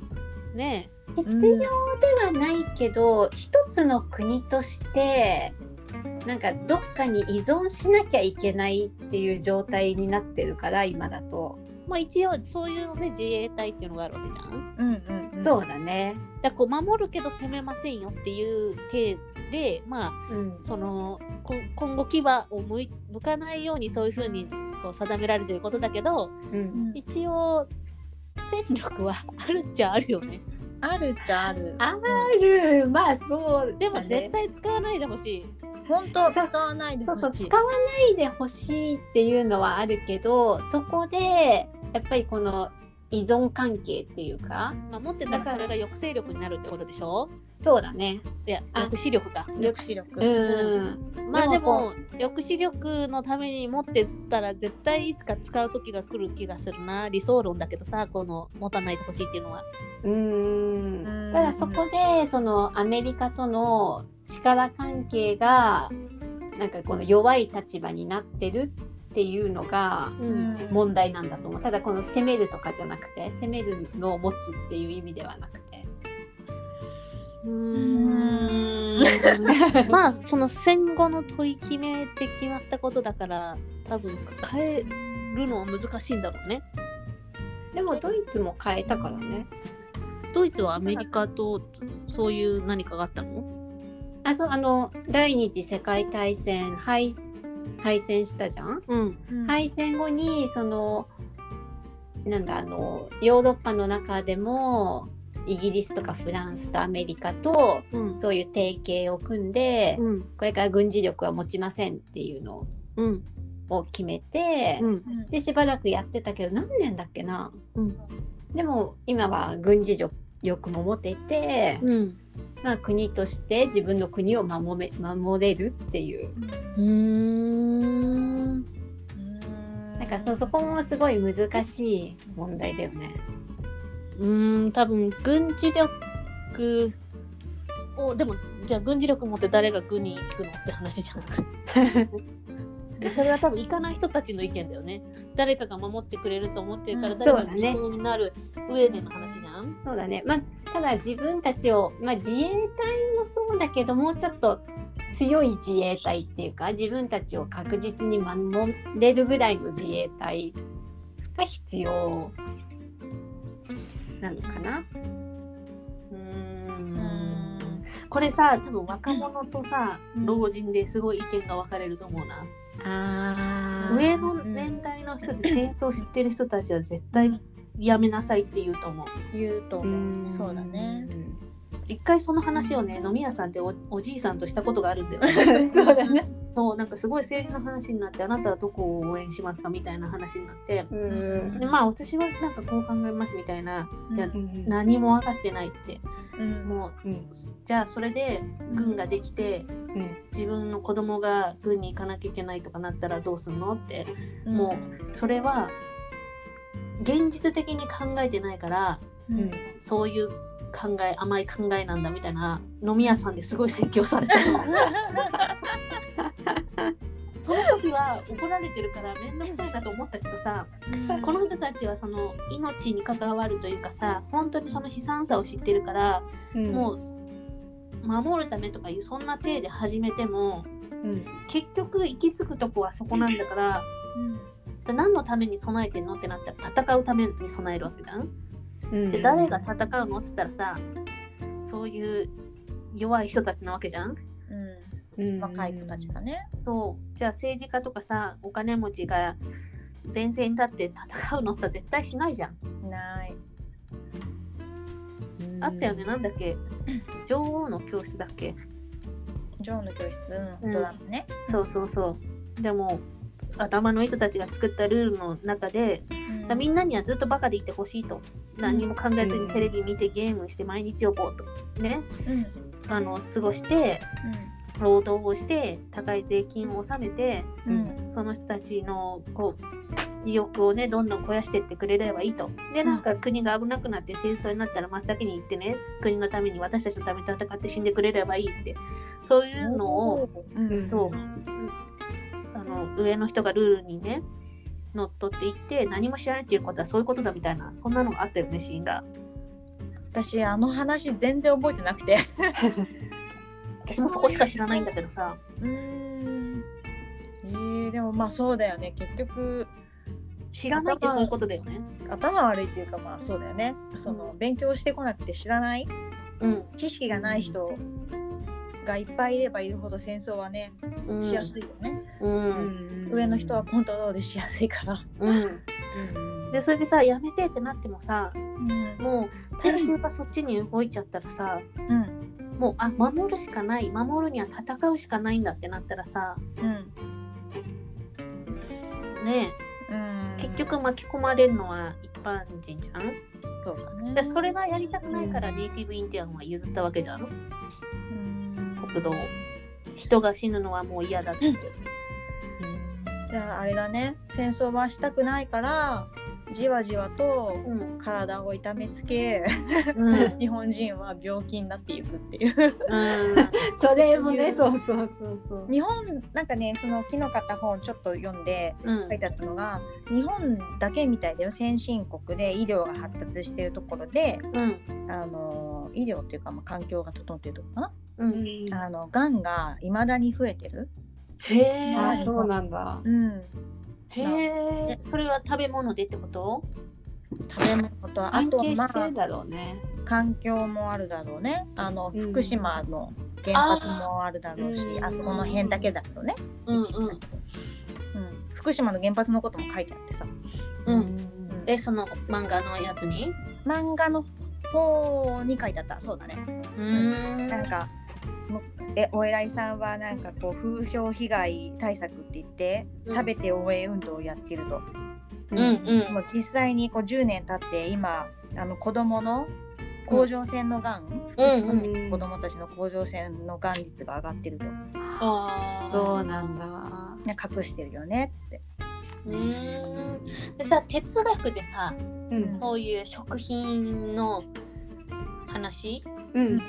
Speaker 2: ね
Speaker 3: 必要ではないけど、一つの国としてなんかどっかに依存しなきゃいけないっていう状態になってるから今だと、
Speaker 2: まあ、一応そういうので自衛隊っていうのがあるわけじゃん。
Speaker 1: うんうんうん
Speaker 3: そうだね。
Speaker 2: だからこう守るけど攻めませんよっていう体でまあ
Speaker 3: うん
Speaker 2: そのこ今後牙を向い向かないようにそういうふうにこう定められるということだけど
Speaker 3: うん。
Speaker 2: 一応戦力はあるっちゃあるよね
Speaker 1: あるっちゃある
Speaker 3: あるまあそうだね。
Speaker 2: でも絶対使わないでほしい、
Speaker 1: 本当使わないで
Speaker 3: そ
Speaker 1: ほ
Speaker 3: うそう
Speaker 1: しい
Speaker 3: 使わないでほしいっていうのはあるけどそこでやっぱりこの依存関係っていうか
Speaker 2: まあ、持ってた
Speaker 3: だ
Speaker 2: ら
Speaker 3: か
Speaker 2: そ
Speaker 3: ら
Speaker 2: れが抑制力になるってことでしょ
Speaker 3: そうだね
Speaker 2: いや
Speaker 3: あ
Speaker 2: 抑止力か
Speaker 1: 抑止力
Speaker 3: うん
Speaker 2: まあ
Speaker 3: で
Speaker 2: で
Speaker 3: も
Speaker 2: も抑止力のために持ってたら絶対いつか使う時が来る気がするな理想論だけどさこの持たないでほしいっていうの [LAUGHS] は
Speaker 3: うん
Speaker 1: うん
Speaker 3: ただそこでそのアメリカとの力関係がなんかこの弱い立場になってるっていうのが
Speaker 1: うん
Speaker 3: 問題なんだと思うただこの攻めるとかじゃなくて攻めるのを持つっていう意味ではなくて。
Speaker 2: うーんまあその戦後の取り決めって決まったことだから多分変えるのは難しいんだろうね
Speaker 3: [LAUGHS] でもドイツも変えたからね。
Speaker 2: ドイツはアメリカとそういう何かがあったの
Speaker 3: あそうあの第二次世界大戦敗敗戦したじゃん
Speaker 2: うん
Speaker 1: うん
Speaker 3: 敗戦後にそのなんだあのヨーロッパの中でもイギリスとかフランスとアメリカと
Speaker 2: うん
Speaker 3: そういう提携を組んで、
Speaker 2: うん
Speaker 3: これから軍事力は持ちませんっていうの
Speaker 2: うん
Speaker 3: を決めて、
Speaker 2: うん
Speaker 1: うん
Speaker 3: でしばらくやってたけど何年だっけな、
Speaker 2: うん
Speaker 3: でも今は軍事力も持てて、
Speaker 2: うん
Speaker 3: まあ、国として自分の国を守め守れるっていう
Speaker 2: うーん
Speaker 3: なんかそそこもすごい難しい問題だよね。
Speaker 2: うーん多分軍事力をでもじゃあ軍事力持って誰が軍に行くのって話じゃんでそれは多分行かない人たちの意見だよね誰かが守ってくれると思ってるから
Speaker 1: うん
Speaker 2: 誰かが
Speaker 3: そうだね
Speaker 2: 犠牲になる上での話じゃん、
Speaker 3: そうだね、まあ、ただ自分たちを、まあ、自衛隊もそうだけどもうちょっと強い自衛隊っていうか自分たちを確実に守れるぐらいの自衛隊が必要なのかな。うーん
Speaker 2: これさ多分若者とさ、老人ですごい意見が分かれると思うな、
Speaker 3: あー
Speaker 2: 上の年代の人で戦争知ってる人たちは絶対やめなさいって言うと思う
Speaker 1: 言うと
Speaker 3: う
Speaker 1: 思
Speaker 3: ん
Speaker 1: うそうだね。
Speaker 2: 一回その話をね飲み屋さんでおおじいさんとしたことがあるんだよ [LAUGHS]
Speaker 3: [LAUGHS] そうだね。
Speaker 2: そうなんかすごい政治の話になってあなたはどこを応援しますかみたいな話になって
Speaker 3: う
Speaker 1: うん
Speaker 2: でまあ私はなんかこう考えますみたいな
Speaker 1: うん
Speaker 2: いや
Speaker 3: ん
Speaker 2: 何も分かってないって
Speaker 1: うん
Speaker 2: もう
Speaker 3: うん
Speaker 2: じゃあそれで軍ができて
Speaker 3: うん
Speaker 2: 自分の子供が軍に行かなきゃいけないとかなったらどうすんのって
Speaker 1: うん
Speaker 2: もそれは現実的に考えてないから
Speaker 1: うん
Speaker 3: うん
Speaker 2: そういう考え甘い考えなんだみたいな飲み屋さんですごい説教された
Speaker 1: [LAUGHS]
Speaker 2: その時は怒られてるから面倒くさいなと思ったけどさこの人たちはその命に関わるというかさ本当にその悲惨さを知ってるから、
Speaker 3: うん
Speaker 2: もう守るためとかいうそんな体で始めても
Speaker 3: うん
Speaker 2: 結局行き着くとこはそこなんだから。
Speaker 1: うん
Speaker 2: じゃあ何のために備えてんのってなったら戦うために備えるわけじゃん。
Speaker 3: うん
Speaker 2: で誰が戦うのって言ったらさそういう弱い人たちなわけじゃん
Speaker 1: う
Speaker 3: うん
Speaker 1: ん若い子たちだね。
Speaker 2: そうじゃあ政治家とかさお金持ちが前線に立って戦うのさ絶対しないじゃん、
Speaker 1: ない。
Speaker 2: あったよねなんだっけ女王の教室だっけ
Speaker 1: ジョーの教室
Speaker 2: うん
Speaker 1: のドラマね。
Speaker 2: そうそうそうでも頭のいい人たちが作ったルールの中でだからみんなにはずっとバカでいてほしいと何も考えずにテレビ見てゲームして毎日をぼーっとね
Speaker 1: うんうん
Speaker 2: あの過ごして労働をして高い税金を納めて
Speaker 1: うん
Speaker 2: その人たちのこう欲をねどんどん肥やしてってくれればいいと。でなんか国が危なくなって戦争になったら真っ先に行ってね国のために私たちのために戦って死んでくれればいいってそういうのを
Speaker 1: うん
Speaker 2: そうあの上の人がルールにねのっとって生きて何も知らないっていうことはそういうことだみたいなそんなのがあったよねシーンが。
Speaker 1: 私あの話全然覚えてなくて。
Speaker 2: 私もそこしか知らないんだけどさ。
Speaker 1: うーんえー、でもまあそうだよね結局
Speaker 2: 知らないってそういうことだよね。
Speaker 1: 頭悪いっていうかまあそうだよねその勉強してこなくて知らない
Speaker 3: うん
Speaker 1: 知識がない人がいっぱいいればいるほど戦争はね
Speaker 3: うん
Speaker 1: しやすいよね、
Speaker 3: うん
Speaker 1: 上の人はコントロールしやすいから、
Speaker 3: うん
Speaker 2: でそれでさやめてってなってもさ
Speaker 1: うん
Speaker 2: もう大衆がそっちに動いちゃったらさ
Speaker 1: うん
Speaker 2: もうあ守るしかない守るには戦うしかないんだってなったらさ
Speaker 1: うん
Speaker 2: ね
Speaker 1: うん
Speaker 2: え結局巻き込まれるのは一般人じゃん
Speaker 1: そうだね
Speaker 2: でそれがやりたくないからネイティブインディアンは譲ったわけじゃん
Speaker 1: うん
Speaker 2: 国道を人が死ぬのはもう嫌だって
Speaker 1: じゃああれだね戦争はしたくないからじわじわと
Speaker 2: うん
Speaker 1: 体を痛めつけ [LAUGHS]
Speaker 2: うん、うん
Speaker 1: 日本人は病気になっていくっていう
Speaker 3: [LAUGHS]
Speaker 1: [LAUGHS]
Speaker 3: それもねそうそうそうそう
Speaker 1: 日本なんかねその木の方本ちょっと読んで
Speaker 2: うん
Speaker 1: 書いてあったのが日本だけみたいだよ先進国で医療が発達しているところで
Speaker 2: うん
Speaker 1: あの医療っていうか、まあ、環境が整っているとこか
Speaker 2: うん
Speaker 1: なあのがんがいまだに増えてる、
Speaker 2: へえ
Speaker 3: あーそうなんだ
Speaker 1: うん、
Speaker 2: へえそれは食べ物でってこと
Speaker 1: 食べ物とあ
Speaker 3: 関
Speaker 1: と
Speaker 3: 係
Speaker 1: ま
Speaker 3: して
Speaker 1: あ
Speaker 3: るだろうね
Speaker 1: 環境もあるだろうねあの
Speaker 3: うん
Speaker 1: 福島の原発もあるだろうし、
Speaker 3: うん
Speaker 1: あそこの辺だけだとね、
Speaker 2: うんうん
Speaker 1: 一部だけどうん福島の原発のことも書いてあってさ
Speaker 2: うん
Speaker 1: うん
Speaker 2: えその漫画のやつに
Speaker 1: 漫画の方に書いてあったそうだね
Speaker 2: うーん
Speaker 1: なんかむえお偉いさんはなんかこう風評被害対策って言って
Speaker 2: うん
Speaker 1: 食べて応援運動をやってると、
Speaker 2: うんうん
Speaker 1: もう実際にこう10年経って今あの子供の甲状腺のがん、福島の子供たちの甲状腺のがん率が上がってると、
Speaker 2: あ
Speaker 3: そ
Speaker 2: ー
Speaker 3: うなんだ
Speaker 1: ね隠してるよねっつって、
Speaker 2: うーんでさ哲学でさ
Speaker 3: うん
Speaker 2: こういう食品の話
Speaker 3: うん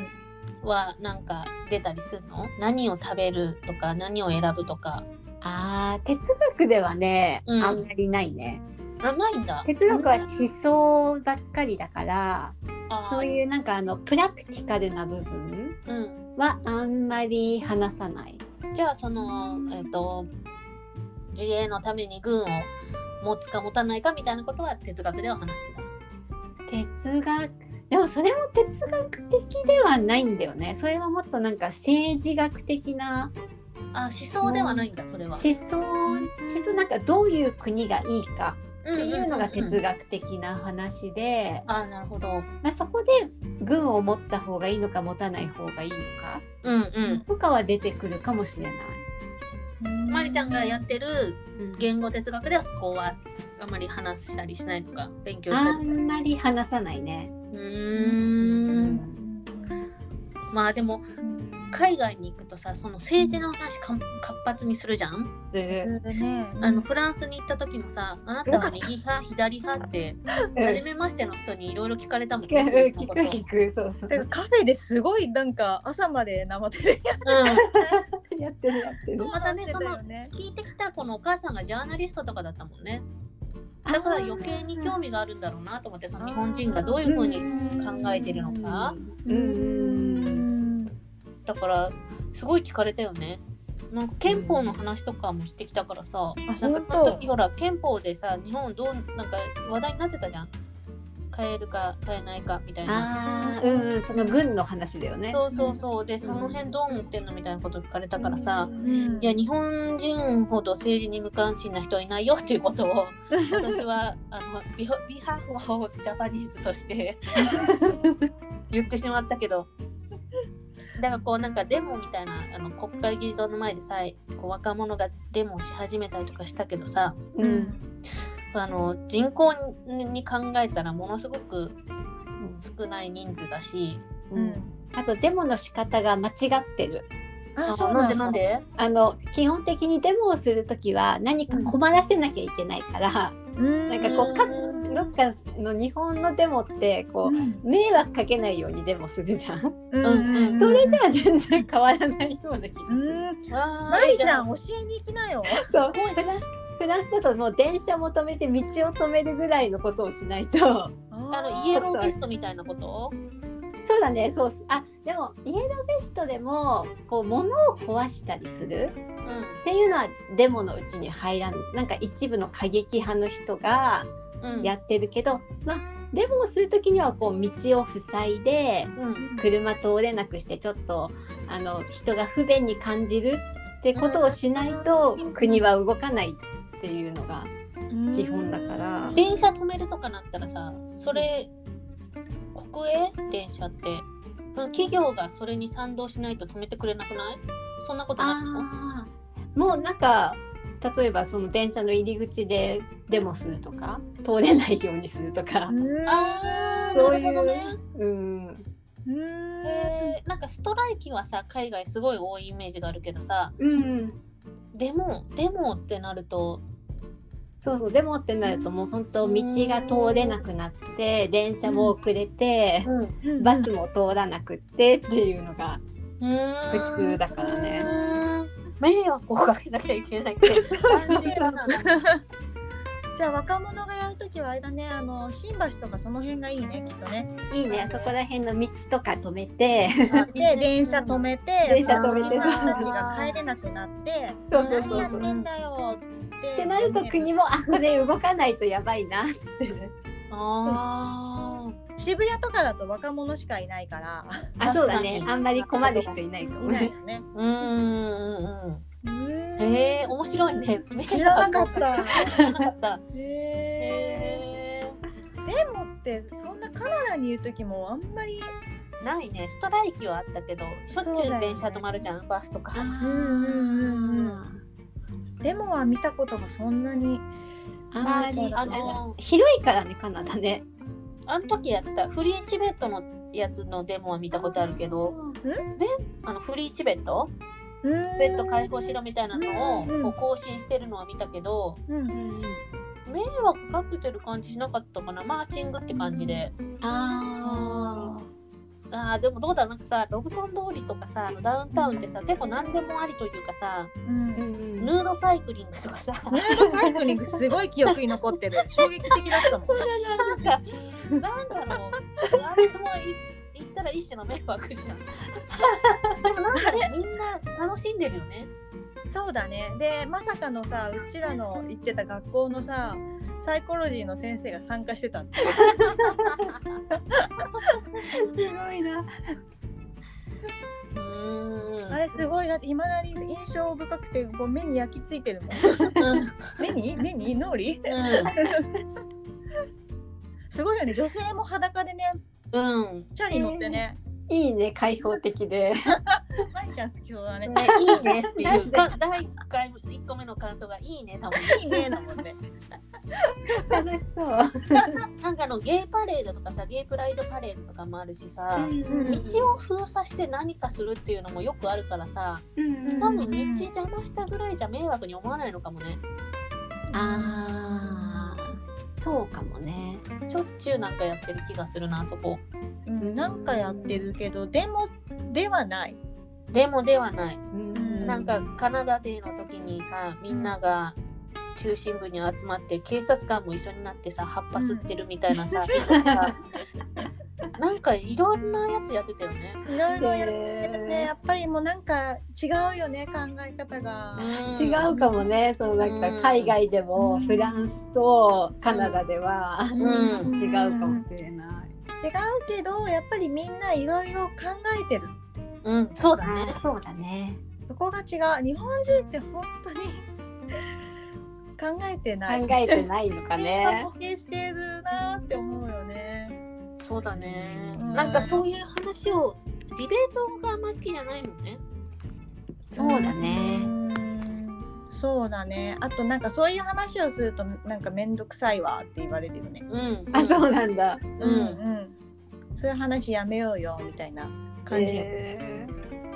Speaker 2: はなんか出たりするの何を食べるとか何を選ぶとか
Speaker 3: あー哲学ではね、
Speaker 2: うん
Speaker 3: あんまりないね
Speaker 2: あないんだ
Speaker 3: 哲学は思想ばっかりだから、そう
Speaker 2: う
Speaker 3: いうなんかあのプラクティカルな部分
Speaker 2: うん
Speaker 3: はあんまり話さない
Speaker 2: じゃあそのえっ、と自衛のために軍を持つか持たないかみたいなことは哲学では話すんだ
Speaker 3: 哲学でもそれも哲学的ではないんだよねそれはもっとなんか政治学的な
Speaker 2: あ思想ではないんだそれは
Speaker 3: 思想思想なんかどういう国がいいか
Speaker 2: て
Speaker 3: っていうのが哲
Speaker 2: 学
Speaker 3: 学的な話で、
Speaker 2: あなるほど
Speaker 3: まあ、そこで軍を持った方がいいのか持たない方がいいのか
Speaker 2: うんうん
Speaker 3: とかは出てくるかもしれない。
Speaker 2: まりちゃんがやってる
Speaker 3: うん
Speaker 2: 言語哲学ではそこはあまり話したりしないのか勉強したりと
Speaker 3: あ
Speaker 2: か
Speaker 3: んまり話さないね。
Speaker 2: う
Speaker 3: う
Speaker 2: ーん
Speaker 3: ん
Speaker 2: まあでも海外に行くとさその政治の話かん活発にするじゃん、
Speaker 3: する。
Speaker 1: うんね
Speaker 2: あのフランスに行った時もさあなたは右派左派って初めましての人にいろいろ聞かれたもんね政治
Speaker 3: 聞
Speaker 2: の
Speaker 3: く
Speaker 2: こと
Speaker 3: 聞くそうそ
Speaker 1: てか
Speaker 3: う。
Speaker 1: カフェですごいなんか朝まで生テレビやっ
Speaker 3: やってるやって
Speaker 2: う
Speaker 3: る
Speaker 2: んまたね
Speaker 1: て
Speaker 2: そ
Speaker 1: た
Speaker 2: の
Speaker 1: よね
Speaker 2: 聞いてきた子のお母さんがジャーナリストとかだったもんねだから余計に興味があるんだろうなと思ってその日本人がどういうふうに考えてるのか。
Speaker 3: うんうん。
Speaker 2: だからすごい聞かれたよね。なんか憲法の話とかもしてきたからさ、なん
Speaker 1: 本
Speaker 2: か
Speaker 1: 当
Speaker 2: その時ほら憲法でさ日本どうなんか話題になってたじゃん変えるか変えないかみたいな。
Speaker 3: ああ、うんうん、その軍の話だよね。
Speaker 2: そうそうそうでその辺どう思ってんのみたいなこと聞かれたからさ、
Speaker 1: うん
Speaker 2: いや日本人ほど政治に無関心な人はいないよっていうことを私はあのビホビハフをジャパニーズとして言ってしまったけどだからこうなんかデモみたいなあの国会議事堂の前でさこう若者がデモをし始めたりとかしたけどさ
Speaker 3: う。
Speaker 1: うんん
Speaker 2: あの人口にに考えたらものすごく少ない人数だし
Speaker 1: う
Speaker 3: うん
Speaker 1: ん
Speaker 3: あとデモの仕方が間違ってる。
Speaker 1: あそう
Speaker 2: 飲ん
Speaker 1: な
Speaker 2: で
Speaker 1: んだ
Speaker 2: 飲んで
Speaker 3: あの基本的にデモをするときは何か困らせなきゃいけないから、
Speaker 1: な
Speaker 3: なんかこう各
Speaker 2: うん
Speaker 3: どっかの日本のデモってこう、迷惑かけないようにデモするじゃん。
Speaker 1: うん
Speaker 2: うん
Speaker 3: それじゃあ全然変わらないような気がす
Speaker 1: う
Speaker 3: る。
Speaker 1: ん
Speaker 2: わ
Speaker 1: マ
Speaker 2: ーい
Speaker 1: リ
Speaker 2: いじ
Speaker 1: ち
Speaker 2: ゃ
Speaker 1: ゃ
Speaker 2: ん
Speaker 1: ん教えに行きなよ
Speaker 3: そうフランフランスだともう電車も止めて道を [LAUGHS] 止めるぐらいのことをしないと
Speaker 1: あ
Speaker 2: あのイエローベストみたいなこと
Speaker 3: そうだねそうっすあでもイエローベストでもこう物を壊したりするっていうのはデモのうちに入らんなんか一部の過激派の人が
Speaker 2: うん
Speaker 3: やってるけど、まあデモをする時にはこう道を塞いで
Speaker 2: うん
Speaker 3: 車通れなくしてちょっとあの人が不便に感じるってことをしないと
Speaker 2: うん
Speaker 3: 国は動かないっていうのが基本だから。
Speaker 2: 電車止めるとかなったらさそれ国営電車ってその企業がそれに賛同しないと止めてくれなくないそんなことないの
Speaker 3: あーもうなんか例えばその電車の入り口でデモするとか通れないようにするとか、
Speaker 1: うん
Speaker 2: あー
Speaker 3: そうい
Speaker 2: なるほどね
Speaker 3: う、うん
Speaker 1: うん
Speaker 2: えーなんかストライキはさ海外すごい多いイメージがあるけどさ
Speaker 3: うん、
Speaker 2: でもでもってなると
Speaker 3: そうそうデモってなるともう本当道が通れなくなって電車も遅れて、
Speaker 2: うん
Speaker 3: バスも通らなくってっていうのが
Speaker 2: 普
Speaker 3: 普通だからね
Speaker 2: 迷惑をかけなきゃいけないけど斬新だななんか
Speaker 1: じゃあ若者がやるときはあれだねあの新橋とかその辺がいいねきっとね。
Speaker 3: いいねそこら辺の道とか止めて
Speaker 1: で電車止めて
Speaker 3: 電車止めて
Speaker 1: おじさんたちが帰れなくなって
Speaker 3: そうそう
Speaker 1: 何
Speaker 3: そう
Speaker 1: やっ
Speaker 3: そう。
Speaker 1: てんだよって。
Speaker 3: ってなると国もあこれ動かないとやばいなって。
Speaker 2: あ
Speaker 1: 渋谷とかだと若者しかいないから
Speaker 3: あそうだ
Speaker 2: 確
Speaker 3: ね
Speaker 2: かに
Speaker 3: あんまり困る人いないか
Speaker 1: い
Speaker 3: も
Speaker 1: ない
Speaker 3: ね。
Speaker 1: よね。
Speaker 2: ーうんうん
Speaker 1: うん
Speaker 2: へえ面白いね
Speaker 1: 知らなか
Speaker 3: [LAUGHS]
Speaker 1: った。
Speaker 2: 知らなかった
Speaker 1: へえ。
Speaker 2: へー
Speaker 1: でもってそんなカナダにいるときもあんまり
Speaker 2: ないねストライキはあったけどしょっ
Speaker 1: そう
Speaker 2: ちゅ
Speaker 1: だよ
Speaker 2: う
Speaker 1: ね
Speaker 2: 電車止まるじゃん、バスとか
Speaker 1: うんうんうんデモは見たことがそんなに。
Speaker 3: あんまり
Speaker 2: あ
Speaker 3: しない
Speaker 2: の
Speaker 3: 広いからねカナダね。
Speaker 2: あの時やってたフリーチベットのやつのデモは見たことあるけどあのフリーチベットベッド解放しろみたいなの
Speaker 1: うん
Speaker 2: をこう更新してるのは見たけど
Speaker 1: うん
Speaker 2: 迷惑かけてる感じしなかったかなマーチングって感じで
Speaker 3: あ
Speaker 2: あーでもどうだろうなんかさロブソン通りとかさあのダウンタウンってさ結構何でもありというかさ
Speaker 1: うん
Speaker 3: ーうん
Speaker 2: ヌードサイクリングとかさ
Speaker 1: ヌードサイクリングすごい記憶に残ってる衝撃的だったもん
Speaker 2: なんか、なんだろう。あれもい言ったら一種の迷惑じゃん。でもなんだろう、みんな楽しんでるよね。
Speaker 1: そうだねでまさかのさうちらの行ってた学校のさサイコロジーの先生が参加してたって
Speaker 3: すごいな。
Speaker 2: うーん。
Speaker 1: あれすごいだっていまだに印象深くてこう目に焼き付いてるもん
Speaker 2: うん。
Speaker 1: 目に目に脳裏
Speaker 2: う
Speaker 1: すごいよね女性も裸でね
Speaker 2: ん。うん。
Speaker 1: チャリ乗ってね、
Speaker 3: いいね開放的で。
Speaker 1: まりちゃん好きそうだね
Speaker 2: ね、いいねっていうか、 [LAUGHS] 第1回、一個目の感想がいいねだもん。
Speaker 1: いいねだもんね
Speaker 3: 楽しそう。
Speaker 2: なんかあのゲイパレードとかさ、ゲイプライドパレードとかもあるしさ。
Speaker 1: ん
Speaker 2: 道を封鎖して何かするっていうのもよくあるからさ
Speaker 3: うん
Speaker 2: 多分道邪魔したぐらいじゃ迷惑に思わないのかもね
Speaker 3: ああそうかもね。
Speaker 2: しょっちゅうなんかやってる気がするなあそこ
Speaker 1: うんなんかやってるけどでもではない
Speaker 2: でもではない
Speaker 1: ん
Speaker 2: なんかカナダデーの時にさみんなが中心部に集まって警察官も一緒になってさ葉っぱ吸ってるみたいなさ、なんかいろんなやつやってたよね。
Speaker 1: いろいろやってたね
Speaker 3: ね
Speaker 1: やっぱりもうなんか違うよね考え方が。
Speaker 3: 違うかもね、そのなん
Speaker 2: うん
Speaker 3: か海外でもフランスとカナダでは、
Speaker 2: うん
Speaker 3: 違うかも
Speaker 1: 違う
Speaker 3: しれない。
Speaker 1: けどやっぱりみんないろいろ考えてる
Speaker 2: うん、そうだね。
Speaker 3: そうだね。
Speaker 1: そこが違う日本人って本当に [LAUGHS] 考えて
Speaker 3: 考
Speaker 1: ない
Speaker 3: えてないのかね
Speaker 1: [LAUGHS] ボ。ケしてるなって思うよね
Speaker 2: そうだね。
Speaker 1: うん
Speaker 2: なんかそういう話をディベートがあんま好きじゃないもんね。
Speaker 3: そうだね。
Speaker 1: うんそうだねあとなんかそういう話をするとなんか面倒くさいわって言われるよね
Speaker 2: うん。
Speaker 3: あ、そうなんだ。
Speaker 2: う。
Speaker 1: うんうんそういう話やめようよみたいな感じ、
Speaker 3: え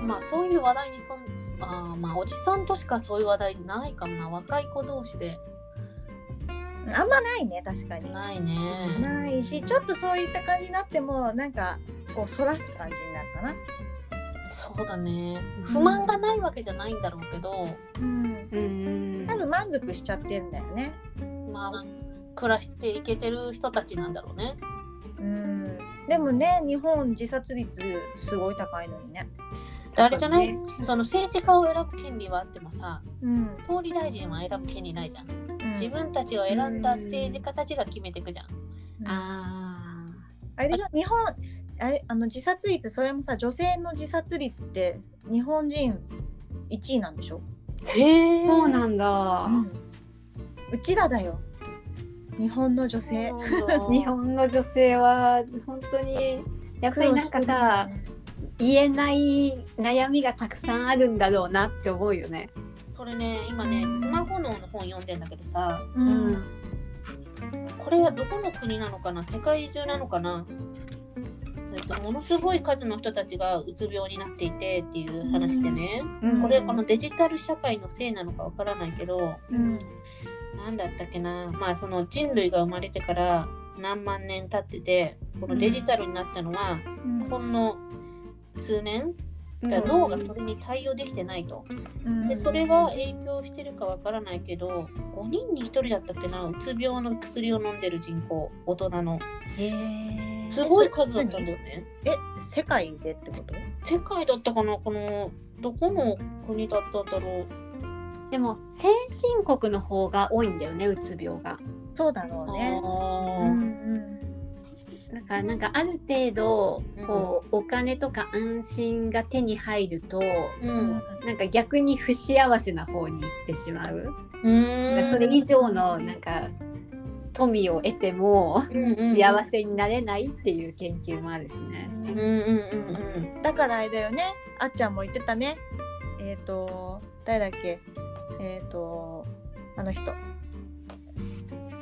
Speaker 2: まあそういう話題にそんあーまあおじさんとしかそういう話題ないかもな。若い子同士で
Speaker 1: あんまないね確かに
Speaker 2: ないね。
Speaker 1: ないしちょっとそういった感じになってもなんかこうそらす感じになるかな、
Speaker 2: そうだね
Speaker 1: うん
Speaker 2: 不満がないわけじゃないんだろうけど、
Speaker 1: うん、
Speaker 3: ーうん
Speaker 1: 多分満足しちゃってんだよね
Speaker 2: まあ暮らしていけてる人たちなんだろうね
Speaker 1: うんでもね日本自殺率すごい高いのにね。
Speaker 2: あれじゃない、
Speaker 1: うん
Speaker 2: その政治家を選ぶ権利はあってもさ
Speaker 1: うん、
Speaker 2: 総理大臣は選ぶ権利ないじゃん自分たちを選んだ政治家たちが決めていくじゃん、
Speaker 3: あ
Speaker 1: あれでしょ日本あれあの自殺率それもさ女性の自殺率って日本人1位なんでしょ、
Speaker 2: へ
Speaker 3: ーそうなんだ、
Speaker 1: うちらだよ日本の女性
Speaker 3: 日本の女性は本当にやっぱりなんかさ、言えない悩みがたくさんあるんだろうなって思うよね。
Speaker 2: それね今ねスマホ脳の本読んでんだけどさ
Speaker 1: う、
Speaker 3: うん
Speaker 2: これはどこの国なのかな世界中なのかな、えっと、ものすごい数の人たちがうつ病になっていてっていう話でね、
Speaker 1: うん
Speaker 2: これこのデジタル社会のせいなのかわからないけど
Speaker 1: うん
Speaker 2: 何だったっけなまあその人類が生まれてから何万年経っててこのデジタルになったのはほんの数年だから脳がそれに対応できてないと。
Speaker 1: うん
Speaker 2: でそれが影響してるかわからないけど5人に1人だったっけなうつ病の薬を飲んでる人口大人の
Speaker 3: へ
Speaker 2: すごい数だったんだよね
Speaker 1: え世界でってこと
Speaker 2: 世界だったかなこのどこの国だったんだろう
Speaker 3: でも先進国の方が多いんだよねうつ病が。
Speaker 1: そうだろうね。う
Speaker 2: あ
Speaker 1: ん
Speaker 3: だからなんかある程度こう、お金とか安心が手に入ると
Speaker 2: ーう
Speaker 1: うんん
Speaker 3: なんか逆に不幸せな方に行ってしまう。
Speaker 2: うーん
Speaker 3: それ以上のなんか富を得ても幸せになれないっていう研究もあるしね。
Speaker 2: うんうんうんうん
Speaker 1: だからあれだよねあっちゃんも言ってたねえっ、と誰だっけえっ、とあの人